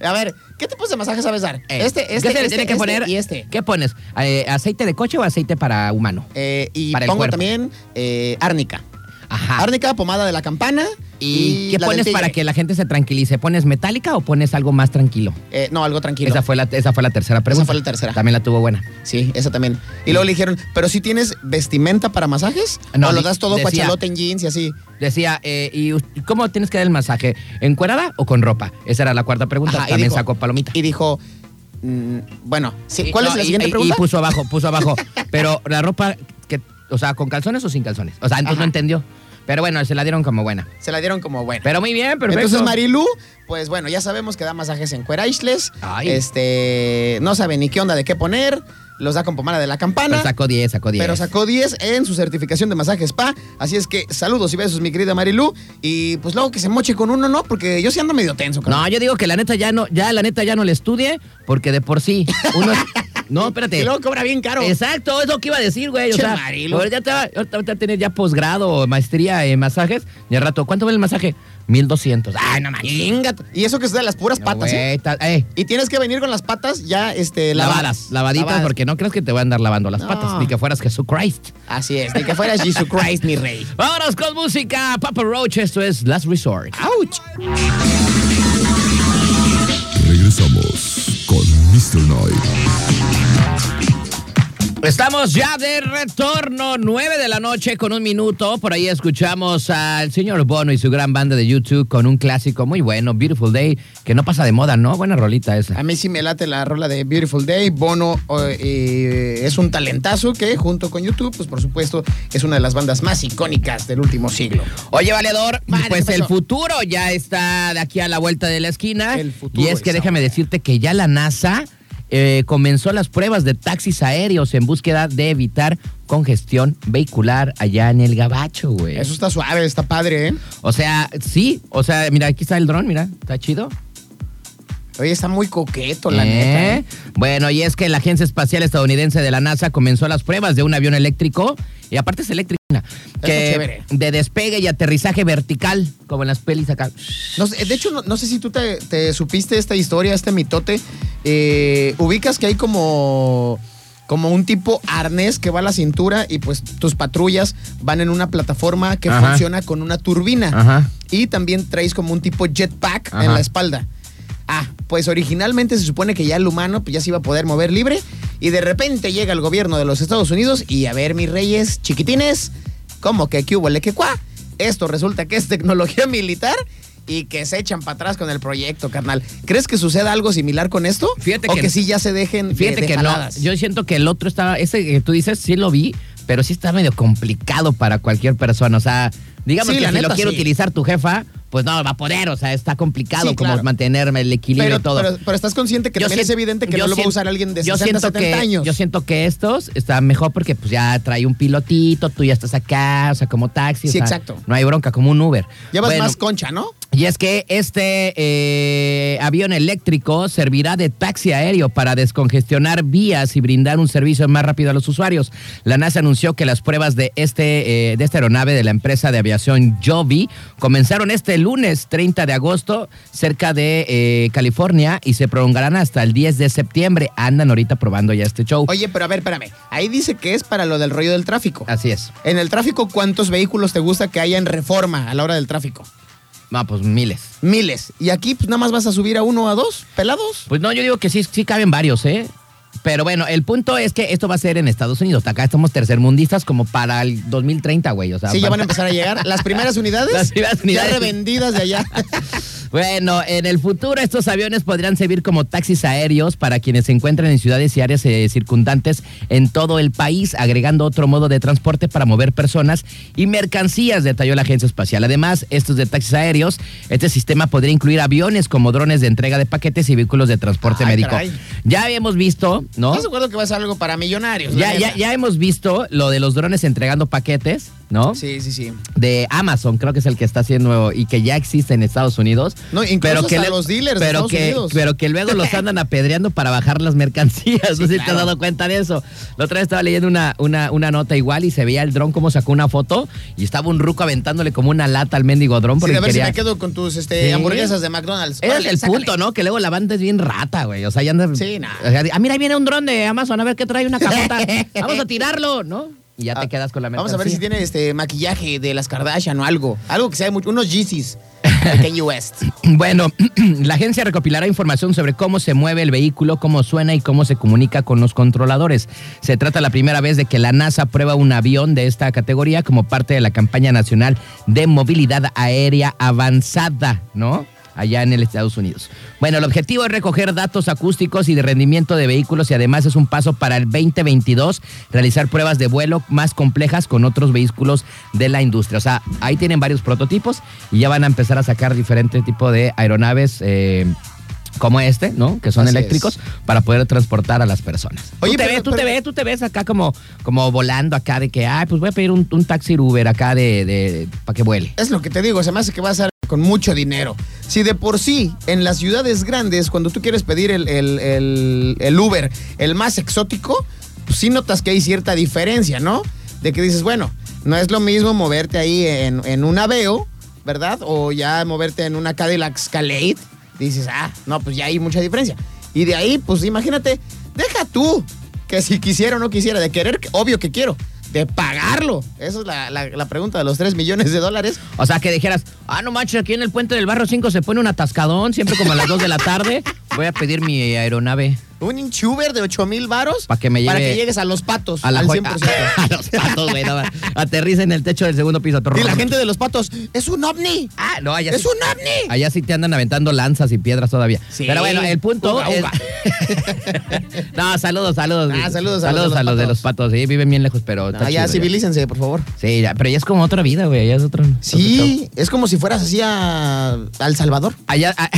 S5: A ver, ¿qué tipos de masajes sabes dar?
S4: Eh,
S5: este,
S4: ¿qué
S5: este,
S4: se le
S5: este,
S4: tiene que
S5: este
S4: poner?
S5: y este.
S4: ¿Qué pones? Eh, ¿Aceite de coche o aceite para humano?
S5: Eh, y
S4: Para el
S5: pongo
S4: cuerpo.
S5: también eh, árnica.
S4: Ajá.
S5: Árnica, pomada de la campana
S4: ¿Y,
S5: Y
S4: qué
S5: la
S4: pones
S5: del
S4: para
S5: tigre.
S4: que la gente se tranquilice? ¿Pones metálica o pones algo más tranquilo?
S5: Eh, no, algo tranquilo.
S4: Esa, fue la, esa fue la tercera pregunta.
S5: fue la tercera.
S4: También la tuvo buena.
S5: Sí, esa también. Y luego le dijeron, ¿pero si tienes vestimenta para masajes?
S4: No,
S5: No, ¿O lo
S4: di-
S5: das todo
S4: decía-
S5: cuachalote en jeans y así?
S4: Decía, eh, ¿y us- cómo tienes que dar el masaje? ¿Encuerada o con ropa? Esa era la cuarta pregunta.
S5: Ajá, y
S4: También
S5: dijo-
S4: sacó palomita.
S5: Y dijo, mm, bueno, sí,
S4: Y-
S5: ¿cuál
S4: no,
S5: es la
S4: y-
S5: siguiente
S4: y-
S5: pregunta?
S4: Y puso abajo, puso abajo. Pero la ropa, que, o sea, ¿con calzones o sin calzones? O sea, entonces
S5: Ajá.
S4: no entendió. Pero bueno, se la dieron como buena.
S5: Se la dieron como buena.
S4: Pero muy bien, perfecto.
S5: Entonces Marilu, pues bueno, ya sabemos que da masajes en Cueraishles.
S4: Ay.
S5: Este, no sabe ni qué onda de qué poner. Los da con pomada de la
S4: Pero
S5: campana.
S4: sacó 10, sacó 10.
S5: Pero sacó 10 en su certificación de masaje spa. Así es que saludos y besos, mi querida Marilu. Y pues luego que se moche con uno, ¿no? Porque yo sí ando medio tenso. cabrón.
S4: No, yo digo que la neta ya no, ya la neta ya no le estudie, porque de por sí, uno No, espérate.
S5: Y luego cobra bien caro.
S4: Exacto, es lo que iba a decir, güey. O
S5: Che,
S4: sea,
S5: Marilo.
S4: ahorita te va- ahorita ahorita tienes ya posgrado o maestría en masajes. Y al rato, ¿cuánto vale el masaje? 1200. Ay, no manches.
S5: Chinga. Y eso que es de las puras patas, ¿eh?
S4: Güey, ta- eh,
S5: Y tienes que venir con las patas ya este, lavadas.
S4: lavadas, lavaditas,
S5: Lavadas.
S4: porque no crees que te van a andar lavando las
S5: No.
S4: patas, ni que fueras Jesucristo.
S5: Así es, ni que fueras Jesucristo, mi rey.
S4: Vámonos con música, Papa Roach, esto es Last Resort.
S5: ¡Auch!
S3: Regresamos con Mr. Knight.
S4: Estamos ya de retorno, 9 de la noche con un minuto. Por ahí escuchamos al señor Bono y su gran banda de YouTube con un clásico muy bueno, Beautiful Day, que no pasa de moda, ¿no? Buena rolita esa.
S5: A mí sí me late la rola de Beautiful Day. Bono eh, es un talentazo que, junto con YouTube, pues por supuesto, es una de las bandas más icónicas del último siglo.
S4: Oye, valedor,
S5: Madre,
S4: pues
S5: ¿qué
S4: el
S5: pasó?
S4: futuro ya está de aquí a la vuelta de la esquina.
S5: El futuro
S4: y es que
S5: es
S4: déjame
S5: ahora.
S4: decirte que ya la NASA eh, comenzó las pruebas de taxis aéreos en búsqueda de evitar congestión vehicular allá en el Gabacho, güey.
S5: Eso está suave, está padre, ¿eh?
S4: O sea, sí, o sea, mira, aquí está el dron, mira, está chido.
S5: Oye, está muy coqueto, la
S4: ¿Eh?
S5: neta. ¿eh?
S4: Bueno, y es que la Agencia Espacial Estadounidense de la NASA comenzó las pruebas de un avión eléctrico, y aparte es eléctrico,
S5: muy
S4: que
S5: chévere.
S4: de despegue y aterrizaje vertical, como en las pelis acá.
S5: No sé, de hecho, no, no sé si tú te, te supiste esta historia, este mitote. Eh, ubicas que hay como, como un tipo arnés que va a la cintura y pues tus patrullas van en una plataforma que
S4: Ajá.
S5: funciona con una turbina.
S4: Ajá.
S5: Y también traes como un tipo jetpack
S4: Ajá.
S5: en la espalda. Ah, pues originalmente se supone que ya el humano pues, ya se iba a poder mover libre y de repente llega el gobierno de los Estados Unidos y a ver, mis reyes chiquitines, ¿cómo que qué hubo le que cuá? Esto resulta que es tecnología militar y que se echan para atrás con el proyecto, carnal. ¿Crees que suceda algo similar con esto?
S4: Fíjate
S5: ¿O
S4: que-
S5: que, sí ya se dejen eh, de-
S4: Fíjate
S5: de
S4: que
S5: jaladas?
S4: no. Yo siento que el otro estaba, ese que tú dices, sí lo vi, pero sí está medio complicado para cualquier persona. O sea, digamos
S5: Sí,
S4: que
S5: la
S4: si lo
S5: neta,
S4: quiere
S5: sí.
S4: utilizar tu jefa, pues no va a poder. O sea, está complicado
S5: Sí,
S4: como
S5: claro.
S4: mantenerme el equilibrio
S5: pero,
S4: y todo.
S5: pero- pero estás consciente que
S4: Yo
S5: también es
S4: sien-
S5: evidente que
S4: yo
S5: no lo va a
S4: sien-
S5: usar alguien de
S4: yo
S5: 60,
S4: siento
S5: 70
S4: que-
S5: años.
S4: Yo siento que estos están mejor porque pues ya trae un pilotito, tú ya estás acá, o sea, como taxi. o
S5: Sí,
S4: sea,
S5: exacto.
S4: No hay bronca, como un Uber.
S5: Llevas
S4: Bueno,
S5: más concha, ¿no?
S4: y es que este eh, avión eléctrico servirá de taxi aéreo para descongestionar vías y brindar un servicio más rápido a los usuarios. La NASA anunció que las pruebas de, este, eh, de esta aeronave de la empresa de aviación Joby comenzaron este lunes 30 de agosto cerca de eh, California y se prolongarán hasta el 10 de septiembre. Andan ahorita probando ya este show.
S5: Oye, pero a ver, espérame. Ahí dice que es para lo del rollo del tráfico.
S4: Así es.
S5: En el tráfico, ¿cuántos vehículos te gusta que haya en reforma a la hora del tráfico?
S4: No, pues miles.
S5: Miles. Y aquí, pues nada más vas a subir a uno o a dos pelados.
S4: Pues no, yo digo que sí, sí caben varios, ¿eh? Pero bueno, el punto es que esto va a ser en Estados Unidos. Acá estamos tercermundistas como para el 2030, güey. O sea,
S5: Sí, ya van a
S4: va-
S5: empezar a llegar. Las primeras unidades.
S4: Las primeras unidades.
S5: Ya revendidas de allá.
S4: Bueno, en el futuro estos aviones podrían servir como taxis aéreos para quienes se encuentran en ciudades y áreas eh, circundantes en todo el país, agregando otro modo de transporte para mover personas y mercancías, detalló la agencia espacial. Además, estos de taxis aéreos, este sistema podría incluir aviones como drones de entrega de paquetes y vehículos de transporte
S5: Ay,
S4: médico.
S5: caray.
S4: Ya habíamos visto, ¿no?
S5: ¿Estás de acuerdo que va a ser algo para millonarios? la
S4: Ya, ya,
S5: neta?
S4: ya hemos visto lo de los drones entregando paquetes, ¿no?
S5: Sí, sí, sí.
S4: De Amazon, creo que es el que está haciendo y que ya existe en Estados Unidos.
S5: No, incluso hasta
S4: le-
S5: los dealers de
S4: pero
S5: Estados
S4: que,
S5: Unidos.
S4: Pero que luego los andan apedreando para bajar las mercancías. No sé si te has
S5: claro.
S4: dado cuenta de eso. La otra vez estaba leyendo una, una, una nota igual y se veía el dron como sacó una foto y estaba un ruco aventándole como una lata al mendigo dron.
S5: Sí,
S4: Porque
S5: a ver
S4: quería...
S5: si me quedo con tus este,
S4: Sí.
S5: hamburguesas de McDonald's.
S4: Ese es
S5: Órale,
S4: el
S5: Pues, sácale.
S4: punto, ¿no? Que luego la banda es bien rata, güey. O sea, ya anda.
S5: Sí, nah.
S4: O sea, ah, mira, ahí viene un dron de Amazon, a ver qué trae una capota. Vamos a tirarlo, ¿no? Y ya
S5: Ah,
S4: te quedas con la
S5: Vamos a ver si
S4: mercancía.
S5: tiene este maquillaje de las Kardashian o algo. Algo que sea mucho. Unos Yeezys de Kanye West.
S4: Bueno, la agencia recopilará información sobre cómo se mueve el vehículo, cómo suena y cómo se comunica con los controladores. Se trata la primera vez de que la NASA prueba un avión de esta categoría como parte de la campaña nacional de movilidad aérea avanzada, ¿no? allá en el Estados Unidos. Bueno, el objetivo es recoger datos acústicos y de rendimiento de vehículos y además es un paso para el 2022 realizar pruebas de vuelo más complejas con otros vehículos de la industria. O sea, ahí tienen varios prototipos y ya van a empezar a sacar diferente tipo de aeronaves. eh, como este, ¿no? Que son
S5: Así
S4: eléctricos
S5: es.
S4: para poder transportar a las personas.
S5: Oye,
S4: tú te
S5: pero-
S4: ves, tú
S5: pero-
S4: te ves, tú te ves acá como, como volando acá de que, ay, pues voy a pedir un, un taxi Uber acá de, de para que vuele.
S5: Es lo que te digo, se me hace que va a ser con mucho dinero. Si de por sí, en las ciudades grandes, cuando tú quieres pedir el, el- el- el Uber, el más exótico, pues sí notas que hay cierta diferencia, ¿no? De que dices, bueno, no es lo mismo moverte ahí en, en un Aveo, ¿verdad? O ya moverte en una Cadillac Escalade. Dices, ah, no, pues ya hay mucha diferencia. Y de ahí, pues imagínate, deja tú que si quisiera o no quisiera, de querer, que- obvio que quiero, de pagarlo. Esa es la, la- la pregunta de los 3 millones de dólares.
S4: O sea, que dijeras, ah, no manches, aquí en el puente del barrio 5 se pone un atascadón, siempre como a las 2 de la tarde. Voy a pedir mi aeronave
S5: Un inchuber de 8 mil varos.
S4: Pa' que me lleve-
S5: llegues a los patos.
S4: a la
S5: al
S4: joya.
S5: 100%.
S4: A, los patos, güey. nada más. Aterriza en el techo del segundo piso.
S5: Y la gente de los patos, es un ovni.
S4: Ah, no, allá
S5: es
S4: sí-
S5: un ovni.
S4: Allá sí te andan aventando lanzas y piedras todavía.
S5: Sí.
S4: Pero bueno, el punto
S5: Uga,
S4: es-
S5: uga.
S4: no, saludos, saludos.
S5: Ah, saludos a
S4: saludos
S5: los de
S4: a
S5: los
S4: los de los patos. Sí, viven bien lejos, pero. está
S5: Ah, ya
S4: chido,
S5: civilícense, por favor.
S4: Sí, ya, pero ya es como otra vida, güey. Ya es otro. otro
S5: Sí, es como si fueras así a, a El Salvador.
S4: Allá. ah,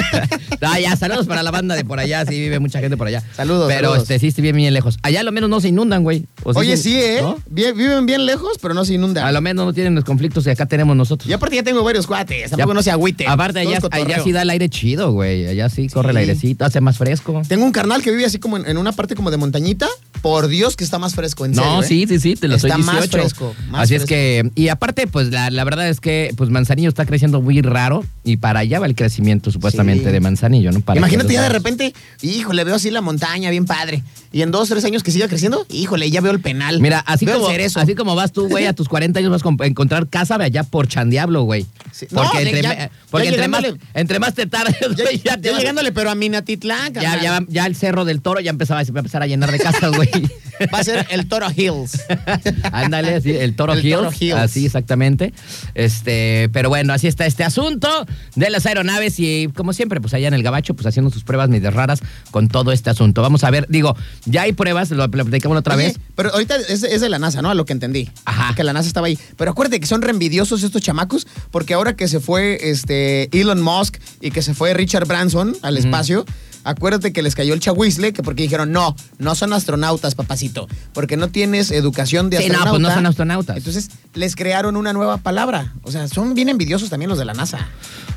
S4: no, ya, saludos para la banda de por allá. Sí, vive mucha gente por allá.
S5: Saludos,
S4: Pero
S5: saludos.
S4: este, sí, sí, bien, bien lejos. Allá a lo menos no se inundan, güey. O
S5: Oye,
S4: se-
S5: sí, ¿eh?
S4: Pues ¿no?
S5: Bien- viven bien lejos, pero no se inundan.
S4: A lo menos no tienen los conflictos que acá tenemos nosotros.
S5: Y aparte ya tengo varios cuates, tampoco no se agüite.
S4: Aparte, allá,
S5: Todo es
S4: allá
S5: cotorreo.
S4: sí da el aire chido, güey. Allá sí corre el
S5: Sí.
S4: airecito, hace más fresco.
S5: Tengo un carnal que vive así como en, en una parte como de montañita. Por Dios que está más fresco, en serio.
S4: No,
S5: ¿eh?
S4: sí, sí, sí, te lo
S5: Está
S4: estoy
S5: más
S4: 18.
S5: fresco, más
S4: Así
S5: fresco.
S4: es que, y aparte, pues la, la verdad es que pues Manzanillo está creciendo muy raro y para allá va el crecimiento supuestamente
S5: Sí.
S4: de Manzanillo, ¿no? Para
S5: Imagínate
S4: que-
S5: ya de repente, híjole, veo así la montaña, bien padre. Y en dos, tres años que siga creciendo, híjole, ya veo el penal.
S4: Mira, así
S5: Veo
S4: como,
S5: cerezo.
S4: así como vas tú, güey, a tus 40 años vas com- a encontrar casa de allá por Chandiablo, güey.
S5: Sí.
S4: Porque,
S5: No, de-
S4: entre,
S5: ya-
S4: me-
S5: ya
S4: porque entre, más,
S5: llegándole-
S4: entre más te tardes,
S5: Ya,
S4: güey, ya, te
S5: ya
S4: vas-
S5: llegándole, pero a Minatitlán,
S4: ya,
S5: carnal.
S4: ya, ya el Cerro del Toro ya empezaba se va a empezar a llenar de casas, güey.
S5: Va a ser el Toro Hills.
S4: Ándale, sí, el Toro
S5: El
S4: Hills.
S5: Toro Hills.
S4: Así, exactamente. Este, pero bueno, así está este asunto de las aeronaves y como siempre, pues allá en el Gabacho, pues haciendo sus pruebas medias raras con todo este asunto. Vamos a ver, digo, ya hay pruebas, lo lo platicamos la otra
S5: Oye,
S4: vez.
S5: Pero ahorita es, es de la NASA, ¿no? A lo que entendí.
S4: Ajá.
S5: Que la NASA estaba ahí. Pero acuérdate que son reenvidiosos estos chamacos, porque ahora que se fue este Elon Musk y que se fue Richard Branson al espacio, acuérdate que les cayó el chahuizle, que porque dijeron, no, no son astronautas, papacito, porque no tienes educación de
S4: Sí, no,
S5: astronauta.
S4: pues no son astronautas.
S5: Entonces les crearon una nueva palabra. O sea, son bien envidiosos también los de la NASA.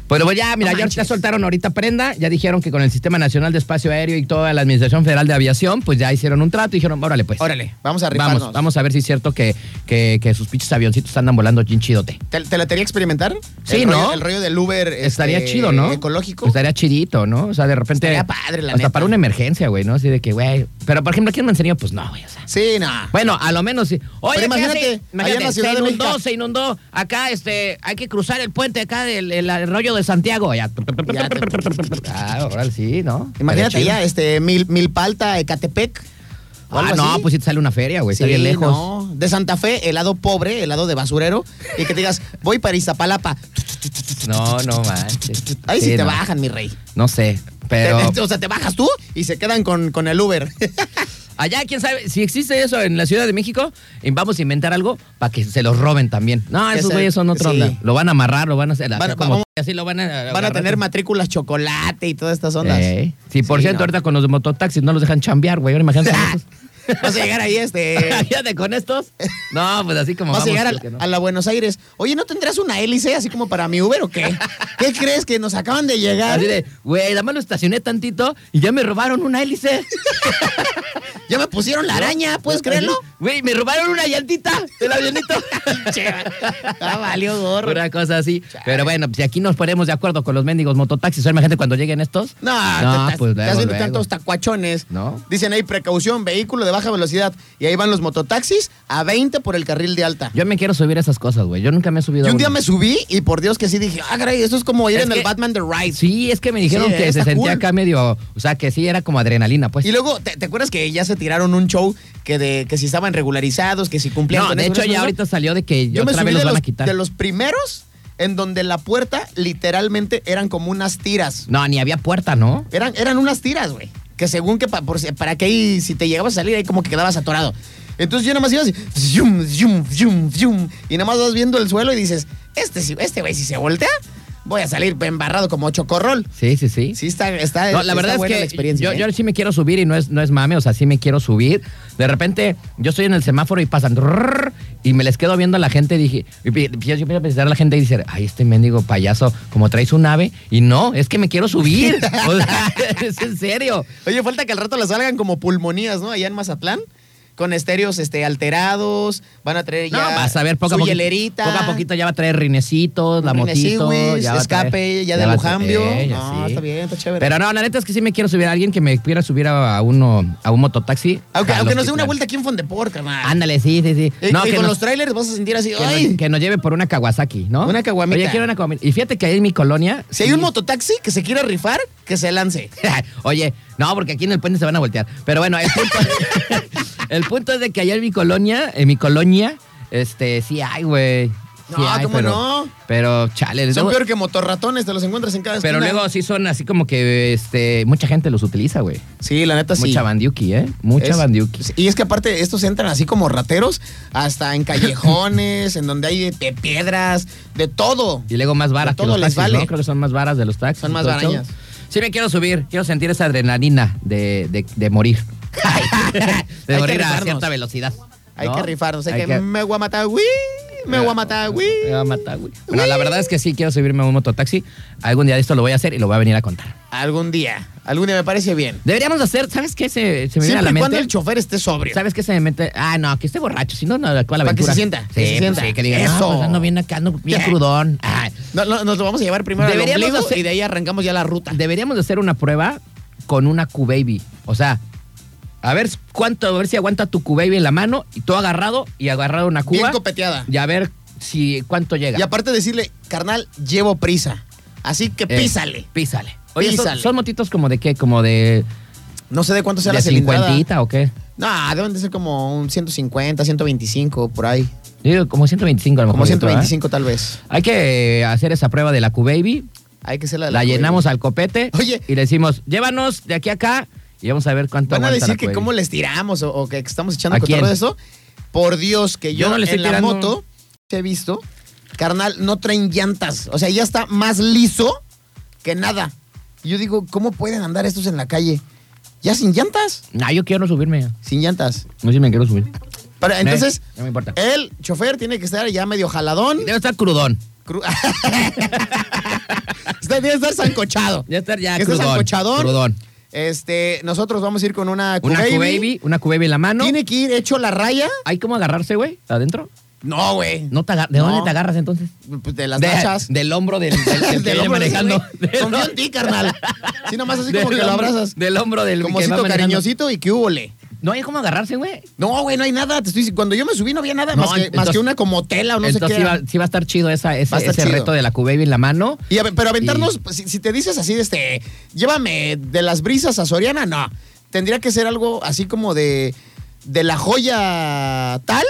S4: Pero pues ya, mira,
S5: No
S4: ya
S5: manches.
S4: ahorita soltaron ahorita prenda, ya dijeron que con el Sistema Nacional de Espacio Aéreo y toda la Administración Federal de Aviación, pues ya hicieron un trato y dijeron, órale pues.
S5: Órale, vamos a rifarnos.
S4: Vamos, vamos a ver si es cierto que, que, que sus pinches avioncitos andan volando chin chidote.
S5: ¿Te, te la tería experimentar?
S4: Sí,
S5: El rollo-
S4: ¿no?
S5: el rollo del Uber. este,
S4: Estaría chido, ¿no? Pues
S5: Ecológico.
S4: Estaría chidito, ¿no? O sea, de repente.
S5: Estaría padre, la
S4: Hasta
S5: neta.
S4: para una emergencia, güey, ¿no? Así de que, güey. Pero por ejemplo, aquí en Manzanillo, pues no, güey. O sea.
S5: Sí, no.
S4: Bueno, a lo menos sí. Oye,
S5: Pero imagínate,
S4: imagínate,
S5: allá en la Ciudad
S4: se
S5: de
S4: inundó,
S5: México.
S4: se inundó. Acá, este, hay que cruzar el puente acá del el arroyo de Santiago. Ya.
S5: Ya.
S4: Ah, ahora sí, ¿no?
S5: Imagínate
S4: Estaría
S5: ya, este, Mil, Milpalta, Ecatepec.
S4: chido.
S5: o algo
S4: Ah, no,
S5: así.
S4: pues sí te sale una feria, güey. Está
S5: Sí,
S4: bien lejos.
S5: no. De Santa Fe, helado pobre, helado de basurero. Y que te digas, voy para Iztapalapa.
S4: No, no, manches.
S5: Ahí sí, te
S4: no.
S5: bajan, mi rey.
S4: No sé, pero.
S5: Te- o sea, te bajas tú y se quedan con, con el Uber.
S4: Allá, quién sabe, si existe eso en la Ciudad de México, y vamos a inventar algo para que se los roben también. No,
S5: Que
S4: esos
S5: se-
S4: güeyes son otra
S5: sí.
S4: onda. Lo van a amarrar, lo van a hacer.
S5: Van-
S4: así, como-
S5: vamos-
S4: así lo van a.
S5: Van a
S4: agarrar.
S5: tener matrículas chocolate y todas estas ondas.
S4: Eh, Sí, por
S5: Sí,
S4: cierto,
S5: no.
S4: ahorita con los de mototaxis no los dejan chambear, güey. Ahora imagínate con esos.
S5: Vas a llegar ahí, este.
S4: Imagínate con estos. No, pues así como.
S5: Vas a
S4: vamos,
S5: llegar al-
S4: creo que no.
S5: a la Buenos Aires. Oye, ¿no tendrás una hélice así como para mi Uber o qué? ¿Qué crees que nos acaban de llegar?
S4: Así de, güey, dame lo estacioné tantito y ya me robaron una hélice.
S5: Ya me pusieron la araña, ¿puedes creerlo?
S4: Güey, me robaron una llantita del avionito.
S5: Ah, valió gorro.
S4: Una cosa así. Pero bueno, pues, si aquí nos ponemos de acuerdo con los mendigos mototaxis, o imagínate cuando lleguen estos.
S5: No,
S4: No,
S5: te- te-
S4: pues
S5: estás
S4: luego,
S5: viendo
S4: luego.
S5: tantos tacuachones.
S4: No.
S5: Dicen ahí precaución, vehículo de baja velocidad. Y ahí van los mototaxis a 20 por el carril de alta.
S4: Yo me quiero subir a esas cosas, güey. Yo nunca me he subido
S5: Y
S4: a
S5: un día
S4: uno.
S5: me subí y por Dios que sí dije, ah, caray, esto es como ir
S4: Es
S5: en
S4: que-
S5: el Batman The Ride.
S4: Sí, es que me dijeron
S5: Sí,
S4: que se
S5: está
S4: sentía
S5: cool.
S4: acá medio. O sea, que sí era como adrenalina, pues.
S5: Y luego, ¿te, te acuerdas que ya se tiraron un show que de que si estaban regularizados, que si cumplían
S4: no,
S5: con
S4: de
S5: eso,
S4: hecho,
S5: eso,
S4: ya
S5: eso?
S4: ahorita salió de que
S5: Yo me
S4: otra vez
S5: subí de
S4: los van
S5: los,
S4: a quitar.
S5: de los primeros en donde la puerta literalmente eran como unas tiras.
S4: No, ni había puerta, ¿no?
S5: Eran, eran unas tiras, güey. Que según que pa- por si- para que ahí, si te llegabas a salir, ahí como que quedabas atorado. Entonces yo nomás iba así, zoom, zoom, zoom, zoom. Y nomás vas viendo el suelo y dices, este sí- este güey, si se voltea, voy a salir embarrado como chocorrol.
S4: Sí, sí, sí.
S5: Sí, está, está,
S4: No, la
S5: está
S4: verdad es
S5: buena
S4: que
S5: la experiencia.
S4: yo,
S5: ¿eh?
S4: yo sí me quiero subir y no es, no es mame, o sea, sí me quiero subir. De repente, yo estoy en el semáforo y pasan rrrr, y me les quedo viendo a la gente y dije, y pi- yo, yo empiezo a pensar a la gente y dice, ay, este mendigo payaso, como traes un ave, y no, es que me quiero subir. O sea, es en serio.
S5: Oye, falta que al rato las salgan como pulmonías, ¿no? Allá en Mazatlán. Con estéreos este, alterados, van a traer
S4: No,
S5: ya
S4: vas a ver, poco a,
S5: su
S4: poquito,
S5: hielerita.
S4: poco a poquito ya va a traer rinecitos, la
S5: Rineciwis,
S4: motito, ya va a traer-
S5: escape, ya de
S4: va a
S5: Lujambio.
S4: traer, ya
S5: No, está bien, está chévere.
S4: Pero no, la neta es que sí me quiero subir a alguien que me quiera subir a, a uno, a un mototaxi.
S5: Aunque,
S4: A
S5: aunque
S4: los
S5: nos
S4: que-
S5: dé una vuelta aquí en Fondeport, carnal.
S4: Ah. Ándale, sí, sí, sí.
S5: Y,
S4: No, que
S5: y Eh, con
S4: nos-
S5: los trailers vas a sentir así,
S4: Que
S5: ¡ay!
S4: nos, que nos lleve por una Kawasaki, ¿no?
S5: Una caguamita.
S4: Oye, quiero una caguamita. Y fíjate que ahí en mi colonia.
S5: Si hay un mototaxi que se quiera rifar, que se lance.
S4: Oye, no, porque aquí en el puente se van a voltear. Pero bueno, el punto, el punto es de que allá en mi colonia, en mi colonia, este, sí hay, güey. Sí
S5: No,
S4: hay,
S5: ¿cómo
S4: pero,
S5: no?
S4: Pero, chale, les
S5: Son
S4: digo-
S5: peor que motorratones, te los encuentras en cada
S4: pero
S5: esquina.
S4: luego sí son así como que este, mucha gente los utiliza, güey.
S5: Sí, la neta Ah, sí.
S4: Mucha bandiuki, ¿eh? Mucha
S5: Es-
S4: bandiuki.
S5: Y es que aparte estos entran así como rateros, hasta en callejones, en donde hay de piedras, de todo.
S4: Y luego más varas
S5: De
S4: que
S5: todo
S4: los
S5: les
S4: taxis,
S5: vale.
S4: ¿no? Creo que son más varas de los taxis.
S5: Son más
S4: todo el show.
S5: barañas.
S4: Sí me quiero subir, quiero sentir esa adrenalina de, de, de morir. de
S5: que
S4: morir a
S5: rifarnos.
S4: cierta velocidad.
S5: Hay
S4: ¿no?
S5: que rifarnos, hay,
S4: Hay
S5: que,
S4: que-
S5: me voy a matar, güey, me voy a matar, güey.
S4: Me va a matar, güey. Bueno, la verdad es que sí quiero subirme a un mototaxi. Algún día de esto lo voy a hacer y lo voy a venir a contar.
S5: Algún día, algún día me parece bien.
S4: Deberíamos hacer, ¿sabes qué? Se, se me viene a la
S5: Siempre y
S4: mente.
S5: cuando el chofer esté sobrio.
S4: ¿Sabes qué se me mete? Ah, no, que esté borracho, si no, no, ¿cuál aventura?
S5: Para que se sienta,
S4: Sí,
S5: que se
S4: pues
S5: sienta.
S4: sí, que diga,
S5: Eso.
S4: no, pues ando bien acá, ando bien
S5: Ya.
S4: crudón. Ah. Ay.
S5: No, no, nos lo vamos a llevar primero al
S4: Deberíamos
S5: ombligo
S4: hacer-
S5: y de ahí arrancamos ya la ruta.
S4: deberíamos de hacer una prueba con una Q-Baby. O sea, a ver cuánto, a ver si aguanta tu Q-Baby en la mano y tú agarrado y agarrado una cuba.
S5: Bien eh, copeteada.
S4: Y a ver si cuánto llega.
S5: Y aparte decirle, carnal, llevo prisa. Así que
S4: Eh,
S5: písale.
S4: písale. Oye, son-
S5: Písale.
S4: Son, motitos como de qué, como de,
S5: No sé de cuánto sea
S4: de
S5: la cilindrada.
S4: cincuentita o qué.
S5: No, deben de ser como un 150, 125, por ahí.
S4: Yo digo como 125 a lo
S5: Como
S4: mejor. yo creo, ¿eh?
S5: 125 tal vez.
S4: Hay que hacer esa prueba de la Q-Baby.
S5: Hay que ser la
S4: La,
S5: de la
S4: llenamos
S5: Cueva.
S4: al copete.
S5: Oye.
S4: Y le decimos, llévanos de aquí a acá y vamos a ver cuánto
S5: Van a
S4: aguanta
S5: decir
S4: la
S5: que
S4: Q-Baby.
S5: cómo les tiramos o, o que estamos echando
S4: ¿A
S5: cotorreo
S4: quién?
S5: de eso. Por Dios, que yo,
S4: Yo no le
S5: en
S4: estoy
S5: la
S4: tirando.
S5: moto he visto, carnal, no traen llantas. O sea, ya está más liso que nada. Y yo digo, ¿cómo pueden andar estos en la calle? Ya sin llantas.
S4: No, yo quiero subirme.
S5: Sin llantas.
S4: No sé si me quiero subir. Eh,
S5: Pero entonces,
S4: no me importa.
S5: el chofer tiene que estar ya medio jaladón.
S4: Debe estar crudón.
S5: cru- Está- Tiene que estar sancochado.
S4: Ya estar ya
S5: que esté
S4: crudón.
S5: sancochadón.
S4: Crudón.
S5: Este, nosotros vamos a ir con una
S4: Una
S5: Q-Baby.
S4: Q-Baby, una Q-Baby en la mano.
S5: Tiene que ir hecho la raya.
S4: ¿Hay cómo agarrarse, güey? ¿Adentro?
S5: No, güey.
S4: No te agar- ¿De
S5: No.
S4: dónde te agarras entonces?
S5: Pues de las
S4: De-
S5: tachas.
S4: Del hombro del, del, del que
S5: Del
S4: viene
S5: hombro de ese
S4: manejando.
S5: güey.
S4: Del-
S5: Confío en ti, carnal. Sí, nomás así
S4: del
S5: como que lo
S4: hombro-
S5: abrazas.
S4: Del hombro del
S5: Como
S4: que va
S5: cito
S4: manejando.
S5: cariñosito y que húbole.
S4: No hay cómo agarrarse, güey.
S5: No, güey, no hay nada. Te estoy diciendo, Cuando yo me subí no había nada
S4: No,
S5: más, que, más
S4: entonces-
S5: que una como tela o no sé qué.
S4: Entonces sí
S5: era.
S4: va, sí va a estar chido esa, ese,
S5: Va a estar
S4: ese
S5: chido.
S4: reto de la Q-Baby en la mano.
S5: Y a ver, pero aventarnos,
S4: Y-
S5: pues, si, si te dices así de este, llévame de las brisas a Soriana, no. Tendría que ser algo así como de, de la joya tal,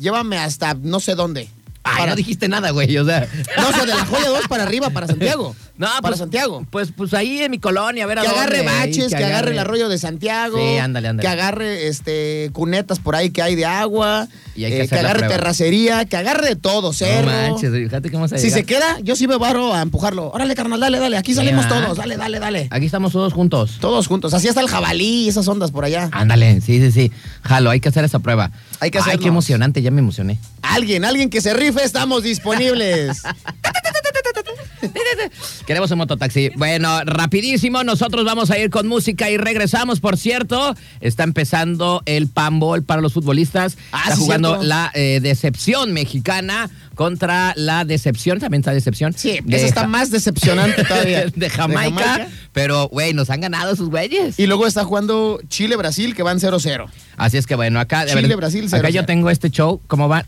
S5: llévame hasta no sé dónde.
S4: Ay,
S5: Para-
S4: no dijiste nada, güey. O sea.
S5: No, o sea, de la joya 2 para arriba, para Santiago.
S4: No,
S5: para
S4: pues-
S5: Santiago.
S4: Pues, pues ahí en mi colonia, a ver a
S5: Que agarre
S4: dónde, ahí,
S5: baches, que, agarre, el arroyo de Santiago.
S4: Sí, ándale, ándale.
S5: Que agarre este, cunetas por ahí que hay de agua. eh,
S4: Y hay que hacer
S5: que
S4: la
S5: agarre
S4: prueba.
S5: terracería, que agarre de todo,
S4: No
S5: cerro.
S4: manches, fíjate cómo se
S5: Si se queda, yo sí me barro a empujarlo. Órale, carnal, dale, dale. Aquí salimos
S4: Mira.
S5: todos. Dale, dale, dale.
S4: Aquí estamos todos juntos.
S5: Todos juntos. Así está el jabalí y esas ondas por allá.
S4: Ándale, sí, sí, sí. Jalo, hay que hacer esa prueba.
S5: Hay que
S4: Ay,
S5: hacernos.
S4: qué emocionante, ya me emocioné.
S5: Alguien, alguien que se rife, estamos disponibles.
S4: Queremos un mototaxi. Bueno, rapidísimo, nosotros vamos a ir con música y regresamos. Por cierto, está empezando el panball para los futbolistas.
S5: Ah,
S4: está
S5: sí,
S4: jugando
S5: cierto.
S4: la eh, decepción mexicana contra la decepción, también está decepción.
S5: Sí,
S4: de
S5: eso está
S4: Ja-
S5: más decepcionante todavía.
S4: de Jamaica, pero güey, nos han ganado sus güeyes.
S5: Y luego está jugando Chile-Brasil, que van 0-0.
S4: Así es que bueno, acá de
S5: Chile,
S4: verdad,
S5: Brasil,
S4: acá
S5: 0-0.
S4: yo tengo este show, ¿cómo va?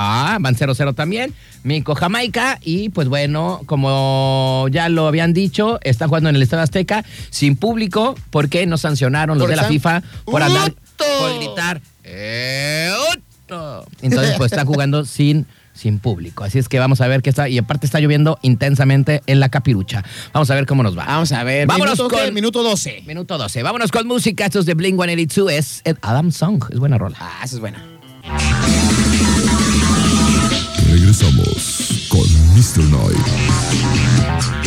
S4: Ah, van 0-0 también. Minco Jamaica y pues bueno, como ya lo habían dicho, está jugando en el Estadio Azteca sin público porque no sancionaron los
S5: Porque
S4: de la
S5: están-
S4: FIFA por andar
S5: ¡Uto!
S4: por gritar. "Eh, uto". Entonces pues está jugando sin sin público. Así es que vamos a ver qué está y aparte está lloviendo intensamente en la Capirucha. Vamos a ver cómo nos va.
S5: Vamos a ver.
S4: Vámonos
S5: minuto,
S4: con-
S5: ¿qué? minuto 12.
S4: Minuto 12. Vámonos con música. Estos de Blink-182 es Ed Adam Song. Es buena rola.
S5: Ah, eso es bueno.
S3: Regresamos con Mr. Night.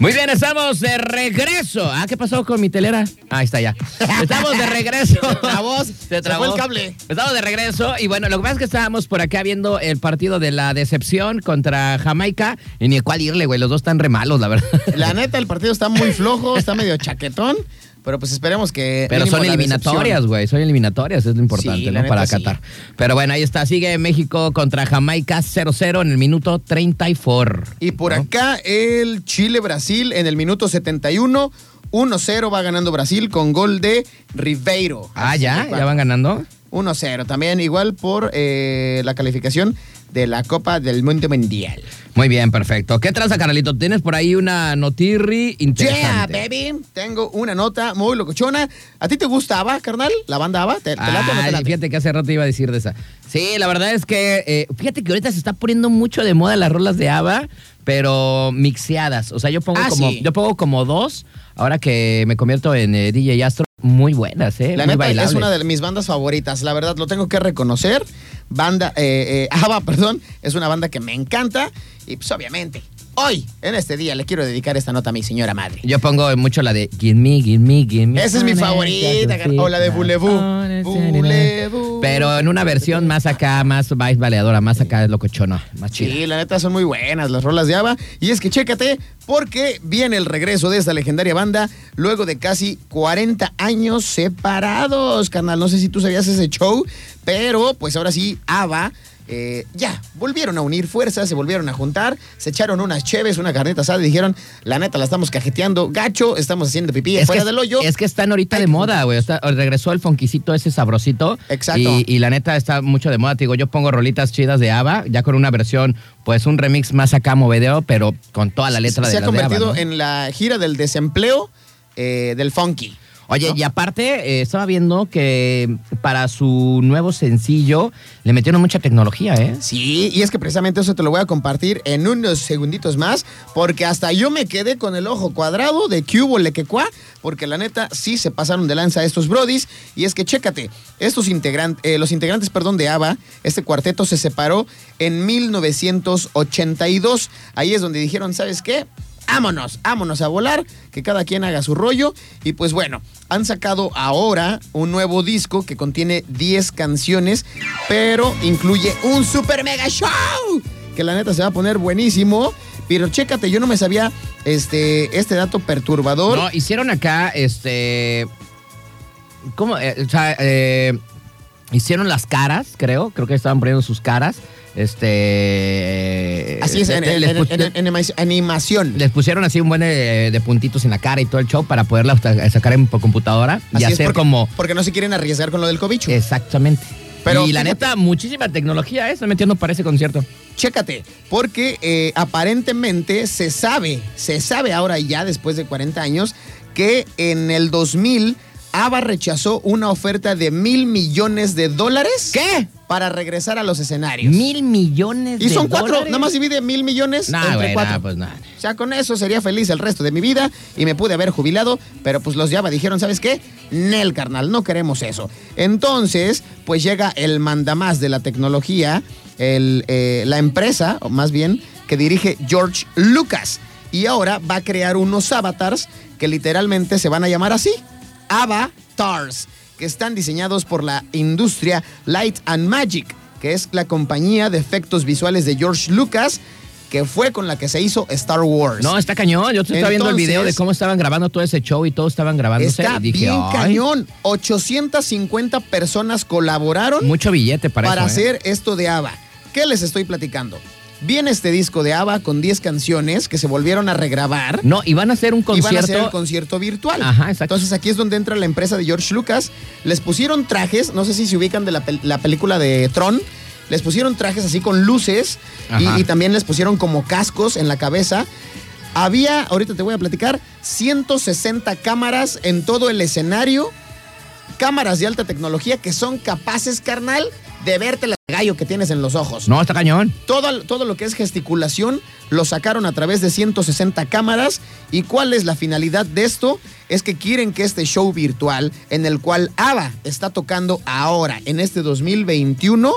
S4: Muy bien, estamos de regreso. Ah, ¿qué pasó con mi telera? Ahí está ya. Estamos de regreso.
S5: Se trabó, se
S4: trabó.
S5: fue el cable.
S4: Estamos de regreso y bueno, lo que pasa es que estábamos por acá viendo el partido de la decepción contra Jamaica y ni a cuál irle, güey. Los dos están re malos, la verdad.
S5: La neta, el partido está muy flojo, está medio chaquetón, pero pues esperemos que.
S4: Pero
S5: mínimo
S4: son
S5: la
S4: eliminatorias,
S5: decepción.
S4: güey. Son eliminatorias, es lo importante,
S5: Sí, la
S4: ¿no?
S5: neta,
S4: Para
S5: sí.
S4: Qatar. Pero bueno, ahí está. Sigue México contra Jamaica 0-0 en el minuto 34.
S5: Y por
S4: ¿no?
S5: acá, el Chile-Brasil en el minuto 71. 1-0 va ganando Brasil con gol de Ribeiro.
S4: Ah, ya, ya van ganando.
S5: 1-0. También igual por eh, la calificación de la Copa del Mundo Mundial.
S4: Muy bien, perfecto. ¿Qué tranza, Carlito? Tienes por ahí una notirri
S5: Yeah,
S4: interesante.
S5: baby. Tengo una nota muy locochona. ¿A ti te gustaba, carnal? ¿La banda ABBA? ¿Te, te late o no te
S4: Ay,
S5: late?
S4: fíjate que hace rato iba a decir de esa. Sí, la verdad es que, eh, fíjate que ahorita se está poniendo mucho de moda las rolas de ABBA, pero mixeadas. O sea, yo pongo,
S5: Ah,
S4: como,
S5: sí.
S4: yo pongo como dos, ahora que me convierto en eh, DJ Astro, muy buenas, ¿eh?
S5: La
S4: muy
S5: neta es
S4: bailables.
S5: una de mis bandas favoritas, la verdad lo tengo que reconocer. Banda, eh, eh, ABBA, perdón, es una banda que me encanta y pues obviamente hoy, en este día, le quiero dedicar esta nota a mi señora madre.
S4: Yo pongo mucho la de Give Me, Give Me, Give Me.
S5: Esa es mi favorita, car- o la de Boulevou. Boulevou.
S4: Pero en una versión más acá, más más baleadora, más acá es locochona, más chida.
S5: Sí, la neta son muy buenas las rolas de ABBA. Y es que chécate, porque viene el regreso de esta legendaria banda luego de casi 40 años separados, carnal. No sé si tú sabías ese show, pero pues ahora sí, ABBA. eh, ya, volvieron a unir fuerzas, se volvieron a juntar, se echaron unas cheves, una carneta asada y dijeron, la neta, la estamos cajeteando, gacho, estamos haciendo pipí fuera
S4: que,
S5: del hoyo.
S4: es que están ahorita
S5: Hay
S4: de
S5: que
S4: moda, güey. Está- Regresó el fonquicito ese sabrosito.
S5: Exacto.
S4: Y, y la neta está mucho de moda. Te digo, yo pongo rolitas chidas de ABBA, ya con una versión, pues un remix más acá movedero, pero con toda la letra de
S5: se ha
S4: las de ABBA,
S5: convertido
S4: ¿no?
S5: en la gira del desempleo eh, del funky.
S4: Oye,
S5: ¿no?
S4: y aparte, eh, estaba viendo que para su nuevo sencillo le metieron mucha tecnología, ¿eh?
S5: Sí, y es que precisamente eso te lo voy a compartir en unos segunditos más, porque hasta yo me quedé con el ojo cuadrado de cubo le que cuá, porque la neta sí se pasaron de lanza estos brodis, y es que chécate, estos integrantes, los integrantes, perdón, de ABBA, este cuarteto se separó en 1982, ahí es donde dijeron, ¿sabes qué? Ámonos, ámonos a volar, que cada quien haga su rollo. Y pues bueno, han sacado ahora un nuevo disco que contiene 10 canciones, pero incluye un super mega show, que la neta se va a poner buenísimo. Pero chécate, yo no me sabía este, este dato perturbador.
S4: No, hicieron acá, este. ¿Cómo? Eh, o sea, eh, hicieron las caras, creo. Creo que estaban poniendo sus caras. Este.
S5: Así es,
S4: eh,
S5: en, en-
S4: les, pu-
S5: en- en- en anima- animación.
S4: les pusieron así un buen eh, de, de puntitos en la cara y todo el show para poderla hasta- sacar en por computadora y
S5: Así es,
S4: hacer
S5: porque-
S4: como.
S5: Porque no se quieren arriesgar con lo del cobicho.
S4: Exactamente.
S5: Pero
S4: y la
S5: fíjate-
S4: neta, muchísima tecnología, ¿eh? Están metiendo para ese concierto.
S5: Chécate, porque eh, aparentemente se sabe, se sabe ahora ya después de 40 años, que en el 2000 ABBA rechazó una oferta de mil millones de dólares.
S4: ¿Qué?
S5: Para regresar a los escenarios.
S4: Mil millones de
S5: y son cuatro,
S4: dólares.
S5: nada más divide mil millones
S4: Nah,
S5: entre
S4: güey,
S5: cuatro.
S4: nah, pues nada.
S5: O sea, con eso sería feliz el resto de mi vida y me pude haber jubilado, pero pues los Java dijeron, ¿sabes qué? Nel, carnal, no queremos eso. Entonces, pues llega el mandamás de la tecnología, el, eh, la empresa, o más bien, que dirige George Lucas. Y ahora va a crear unos avatars que literalmente se van a llamar así, avatars, que están diseñados por la industria Light and Magic que es la compañía de efectos visuales de George Lucas, que fue con la que se hizo Star Wars.
S4: No, está cañón. Yo te estaba viendo el
S5: Entonces-
S4: video de cómo estaban grabando todo ese show y todos estaban grabándose.
S5: Está
S4: y dije,
S5: bien
S4: "Ay,
S5: cañón. 850 personas colaboraron
S4: Mucho billete para,
S5: para,
S4: eso, ¿eh?".
S5: hacer esto de ABBA. ¿Qué les estoy platicando? Viene este disco de ABBA con 10 canciones que se volvieron a regrabar.
S4: No, y van a hacer un
S5: Y
S4: concierto.
S5: van a hacer el concierto virtual.
S4: Ajá, exacto.
S5: Entonces aquí es donde entra la empresa de George Lucas. Les pusieron trajes, no sé si se ubican de la, pel- la película de Tron. Les pusieron trajes así con luces y,
S4: Ajá.
S5: y también les pusieron como cascos en la cabeza. Había, ahorita te voy a platicar, 160 cámaras en todo el escenario. Cámaras de alta tecnología que son capaces, carnal, de verte el gallo que tienes en los ojos.
S4: No, está cañón.
S5: Todo, todo lo que es gesticulación lo sacaron a través de 160 cámaras. ¿Y cuál es la finalidad de esto? Es que quieren que este show virtual en el cual ABBA está tocando ahora, en este 2021,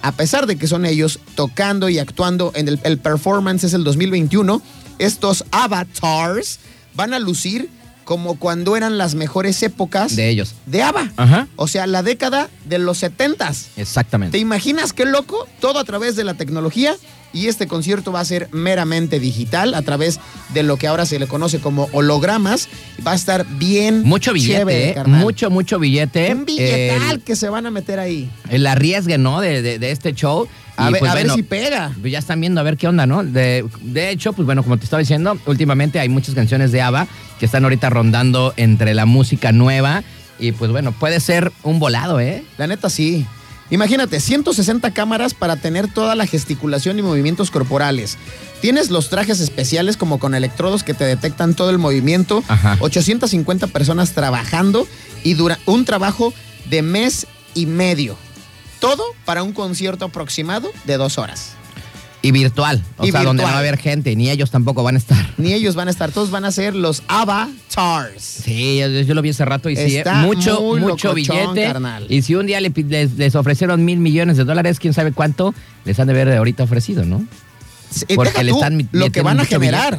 S5: a pesar de que son ellos tocando y actuando en el, el performance es el 2021, estos avatars van a lucir como cuando eran las mejores épocas
S4: De ellos.
S5: de ABBA.
S4: Ajá.
S5: O sea, la década de los 70s. ¿Te
S4: Exactamente.
S5: imaginas qué loco? Todo a través de la tecnología y este concierto va a ser meramente digital a través de lo que ahora se le conoce como hologramas. Va a estar bien
S4: Mucho billete,
S5: chévere,
S4: ¿eh?
S5: carnal.
S4: Mucho, mucho billete.
S5: Un billetal
S4: El-
S5: que se van a meter ahí.
S4: el arriesgue, ¿no? De, de- de este show.
S5: A,
S4: Y,
S5: ver,
S4: pues,
S5: a ver
S4: bueno,
S5: si pega.
S4: pues ya están viendo a ver qué onda, ¿no? De, de hecho, pues bueno, como te estaba diciendo, últimamente hay muchas canciones de ABBA que están ahorita rondando entre la música nueva y pues bueno, puede ser un volado, ¿eh?
S5: La neta sí. Imagínate, 160 cámaras para tener toda la gesticulación y movimientos corporales. Tienes los trajes especiales como con electrodos que te detectan todo el movimiento.
S4: Ajá.
S5: 850 personas trabajando y dura un trabajo de mes y medio. Todo para un concierto aproximado de dos horas.
S4: Y virtual, o
S5: Y
S4: sea, donde no
S5: virtual.
S4: va a haber gente, ni ellos tampoco van a estar.
S5: Ni ellos van a estar, todos van a ser los avatars.
S4: Sí, yo, yo lo vi hace rato y sí, ¿eh?
S5: Está
S4: mucho,
S5: muy
S4: mucho
S5: locochón,
S4: billete.
S5: carnal.
S4: Y si un día le pi- les, les ofrecieron mil millones de dólares, quién sabe cuánto les han de haber ahorita ofrecido, ¿no?
S5: Sí, y
S4: Porque
S5: deja
S4: le
S5: tú
S4: están mi-
S5: lo que
S4: metiendo
S5: van a
S4: mucho
S5: generar.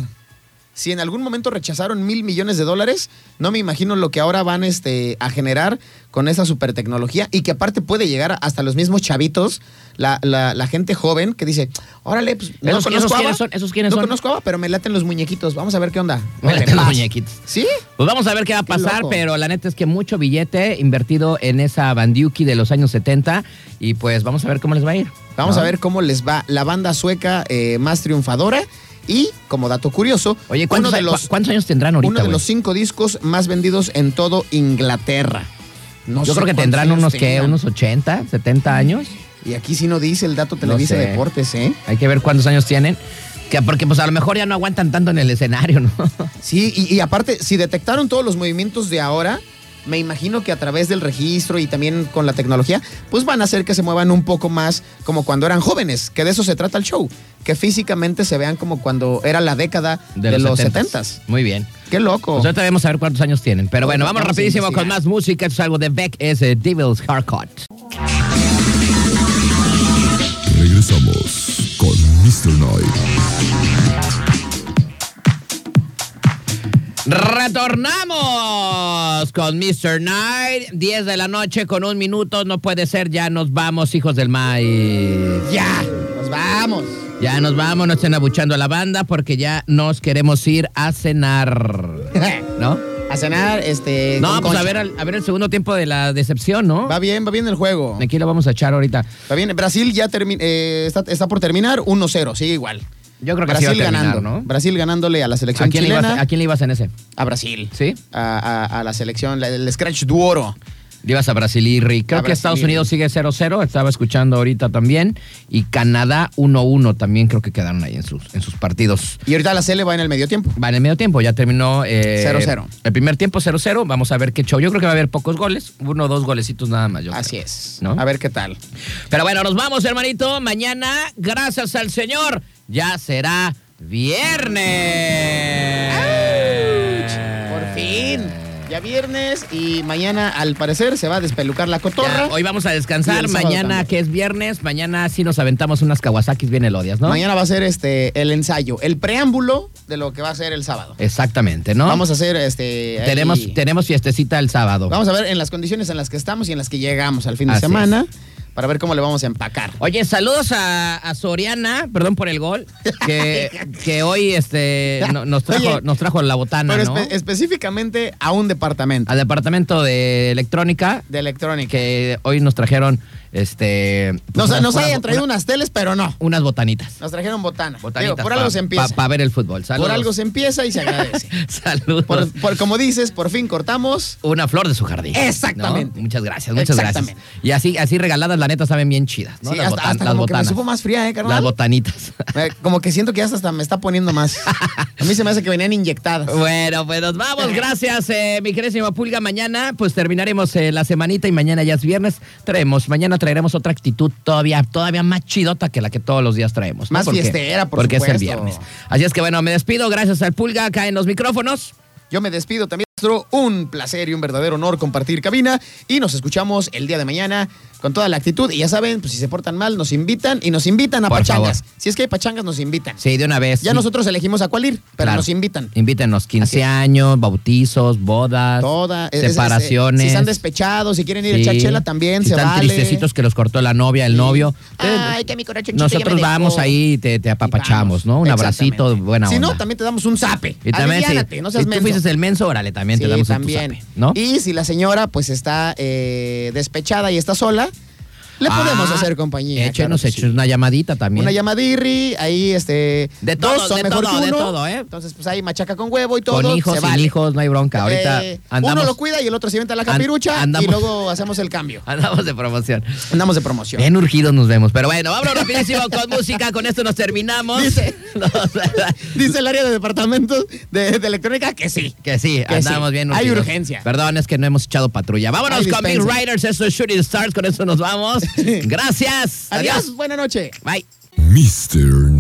S5: Si en algún momento rechazaron mil millones de dólares, no me imagino lo que ahora van este, a generar con esa super tecnología y que aparte puede llegar hasta los mismos chavitos, la, la- la gente joven que dice, órale, pues no
S4: ¿Esos-
S5: conozco
S4: esos
S5: a
S4: quiénes
S5: Ava,
S4: son? ¿Esos quiénes
S5: no
S4: son?
S5: conozco a Ava, pero me laten los muñequitos, vamos a ver qué onda.
S4: Me
S5: Órale,
S4: laten los
S5: paz.
S4: muñequitos.
S5: ¿Sí?
S4: Pues vamos a ver qué va a
S5: Qué
S4: pasar,
S5: loco.
S4: pero la neta es que mucho billete invertido en esa bandiuki de los años 70 y pues vamos a ver cómo les va a ir.
S5: Vamos
S4: ¿no?
S5: a ver cómo les va la banda sueca eh, más triunfadora y, como dato curioso,
S4: Oye,
S5: uno
S4: ¿cuántos,
S5: de
S4: a-
S5: los...
S4: cu- cuántos años tendrán ahorita?
S5: uno de
S4: güey?
S5: los cinco discos más vendidos en todo Inglaterra. No
S4: Yo
S5: sé
S4: creo que
S5: cuántos
S4: tendrán
S5: años
S4: unos que,
S5: tengan.
S4: unos 80, 70 años.
S5: Y aquí sí no dice el dato Televisa
S4: sé.
S5: Deportes, ¿eh?
S4: Hay que ver cuántos años tienen. Que porque pues a lo mejor ya no aguantan tanto en el escenario, ¿no?
S5: Sí, y, y aparte, si detectaron todos los movimientos de ahora, me imagino que a través del registro y también con la tecnología, pues van a hacer que se muevan un poco más como cuando eran jóvenes, que de eso se trata el show, que físicamente se vean como cuando era la década de, los 70
S4: 70s. Muy bien.
S5: Qué loco.
S4: Pues ahorita vamos a ver cuántos años tienen. Pero bueno,
S5: Bueno,
S4: vamos,
S5: pues
S4: rapidísimo
S5: vamos a
S4: con
S5: investigar.
S4: más música. Esto es algo de Beck, es eh, Devil's Haircut.
S3: Regresamos con Mr. Knight.
S4: Retornamos con Mr. Night. 10 de la noche con un minuto. No puede ser. Ya nos vamos, hijos del maíz.
S5: ya, nos vamos.
S4: Ya nos vamos. No estén abuchando a la banda porque ya nos queremos ir a cenar. ¿No?
S5: a cenar, este.
S4: No,
S5: con
S4: pues a
S5: Concha.
S4: ver, al- a ver el segundo tiempo de la decepción, ¿no?
S5: Va bien, va bien el juego.
S4: Aquí lo vamos a echar ahorita.
S5: Está bien, Brasil ya termi- eh, está, está por terminar 1-0, sigue igual.
S4: Yo creo que así
S5: Brasil
S4: va a terminar,
S5: ganando,
S4: ¿no?
S5: Brasil ganándole a la
S4: ¿A
S5: selección
S4: quién, le ibas,
S5: chilena,
S4: a quién le ibas en ese?
S5: a Brasil,
S4: ¿Sí?
S5: a, a- a la selección, la- el Scratch Duoro.
S4: Le ibas a Brasil y Ri. Creo
S5: A
S4: que Estados
S5: Brasil.
S4: Unidos sigue 0-0. Estaba escuchando ahorita también. Y Canadá 1-1 también creo que quedaron ahí en sus, en sus partidos.
S5: Y ahorita la Cele va en el medio tiempo.
S4: Va en el medio tiempo, ya terminó. eh,
S5: 0-0.
S4: El primer tiempo 0-0. Vamos a ver qué show. Yo creo que va a haber pocos goles. Uno o dos golecitos nada más. yo
S5: Así
S4: creo.
S5: es.
S4: ¿No?
S5: A ver qué tal.
S4: Pero bueno, nos vamos, hermanito. Mañana, gracias al Señor, ya será viernes. Eh.
S5: Por fin. Ya viernes y mañana al parecer se va a despelucar la
S4: Ya,
S5: cotorra.
S4: hoy vamos a
S5: Y
S4: descansar.
S5: el sábado
S4: Mañana,
S5: también.
S4: que es viernes, mañana sí nos aventamos unas kawasakis bien elodias, ¿no?
S5: Mañana va a ser este el ensayo, el preámbulo de lo que va a ser el sábado.
S4: Exactamente, ¿no?
S5: Vamos a hacer este ahí-
S4: tenemos, tenemos fiestecita el sábado.
S5: Vamos a ver en las condiciones en las que estamos y en las que llegamos al fin de
S4: Así
S5: semana. para ver cómo le vamos a empacar.
S4: Oye, saludos a, a Soriana, perdón por el gol, que, que hoy este, no- nos, trajo,
S5: Oye,
S4: nos trajo la botana,
S5: Pero
S4: ¿no?
S5: espe- específicamente a un departamento
S4: Al departamento de electrónica,
S5: de electrónica.
S4: que hoy nos trajeron este,
S5: Nos,
S4: unas-
S5: nos
S4: unas-
S5: hayan traído
S4: una-
S5: unas teles, pero no.
S4: unas botanitas.
S5: Nos trajeron botana.
S4: Botanitas
S5: Digo, por algo
S4: pa-
S5: se empieza.
S4: pa- pa ver el fútbol. Saludos.
S5: por algo se empieza y se agradece.
S4: Saludos.
S5: por, por- como dices, por fin cortamos.
S4: una flor de su jardín.
S5: Exactamente.
S4: ¿no? Muchas gracias, muchas gracias.
S5: Exactamente.
S4: Y así, así regaladas, la neta, saben bien chidas, ¿no?
S5: Sí,
S4: las
S5: hasta-
S4: botan-
S5: hasta
S4: las
S5: como que me
S4: botanas.
S5: supo más fría, ¿eh, carnal?
S4: Las botanitas.
S5: Eh, Como que siento que ya hasta me está poniendo más. A mí se me hace que venían inyectadas.
S4: Bueno, pues nos vamos. Gracias, eh, mi queridísima Pulga. Mañana, pues terminaremos eh, la semanita y mañana ya es viernes. Traemos, mañana traeremos otra actitud todavía, todavía más chidota que la que todos los días traemos. ¿no?
S5: Más fiestera, por
S4: Porque es el
S5: supuesto.
S4: viernes. Así es que bueno, me despido. Gracias al Pulga. Acá en los micrófonos.
S5: Yo me despido también. Maestro. Un placer y un verdadero honor compartir cabina. Y nos escuchamos el día de mañana con toda la actitud. Y ya saben, pues si se portan mal, nos invitan y nos invitan a
S4: Por
S5: pachangas.
S4: favor.
S5: Si es que hay pachangas, nos invitan.
S4: Sí, de una vez.
S5: Ya
S4: Sí.
S5: nosotros elegimos a cuál ir, pero
S4: Claro.
S5: nos invitan.
S4: Invítenos 15 años, bautizos, bodas,
S5: Toda, es- es-
S4: separaciones.
S5: es- si están despechados, si quieren ir
S4: Sí.
S5: a chachela también,
S4: Si
S5: se
S4: están
S5: vale.
S4: tristecitos que los cortó la novia, el novio. Ustedes- pues,
S5: Ay, que mi corazoncito ya
S4: nosotros
S5: me dejó.
S4: vamos ahí y te, te apapachamos,
S5: Y vamos.
S4: ¿no? Un
S5: Exactamente.
S4: abracito, buena
S5: Si
S4: onda.
S5: no, también te damos un zape.
S4: y también si,
S5: no seas
S4: si tú
S5: menso.
S4: fuiste el menso, órale, también te
S5: Sí,
S4: damos tu
S5: también.
S4: zape, ¿no?
S5: Y si la señora pues está eh, despechada y está sola, le podemos
S4: Ah,
S5: hacer compañía.
S4: Échenos,
S5: claro que sí.
S4: échenos una llamadita también.
S5: Una llamadirri, ahí este.
S4: De
S5: dos
S4: todo,
S5: son
S4: de
S5: mejor
S4: todo,
S5: que
S4: de
S5: uno.
S4: todo, ¿eh?
S5: Entonces, pues ahí machaca con huevo y todo.
S4: Con hijos,
S5: se
S4: sin
S5: vale.
S4: hijos, no hay bronca. Ahorita
S5: Eh,
S4: andamos,
S5: Uno lo cuida y el otro se inventa la
S4: An-
S5: capirucha y
S4: andamos-
S5: luego hacemos el cambio.
S4: andamos de promoción.
S5: Andamos de promoción.
S4: Bien urgidos nos vemos. Pero bueno, vámonos rapidísimo con música. Con esto nos terminamos.
S5: Dice-
S4: Nos-
S5: Dice el área de departamentos de, de electrónica que sí.
S4: Que sí,
S5: Que
S4: andamos
S5: sí.
S4: bien.
S5: Hay
S4: urgidos.
S5: urgencia.
S4: Perdón, es que no hemos echado patrulla. Vámonos
S5: Ay,
S4: con Big
S5: dispensen.
S4: Riders, esto es Shooting Stars, con eso nos vamos. Gracias.
S5: Adiós, buena noche.
S4: Bye.
S3: Mr.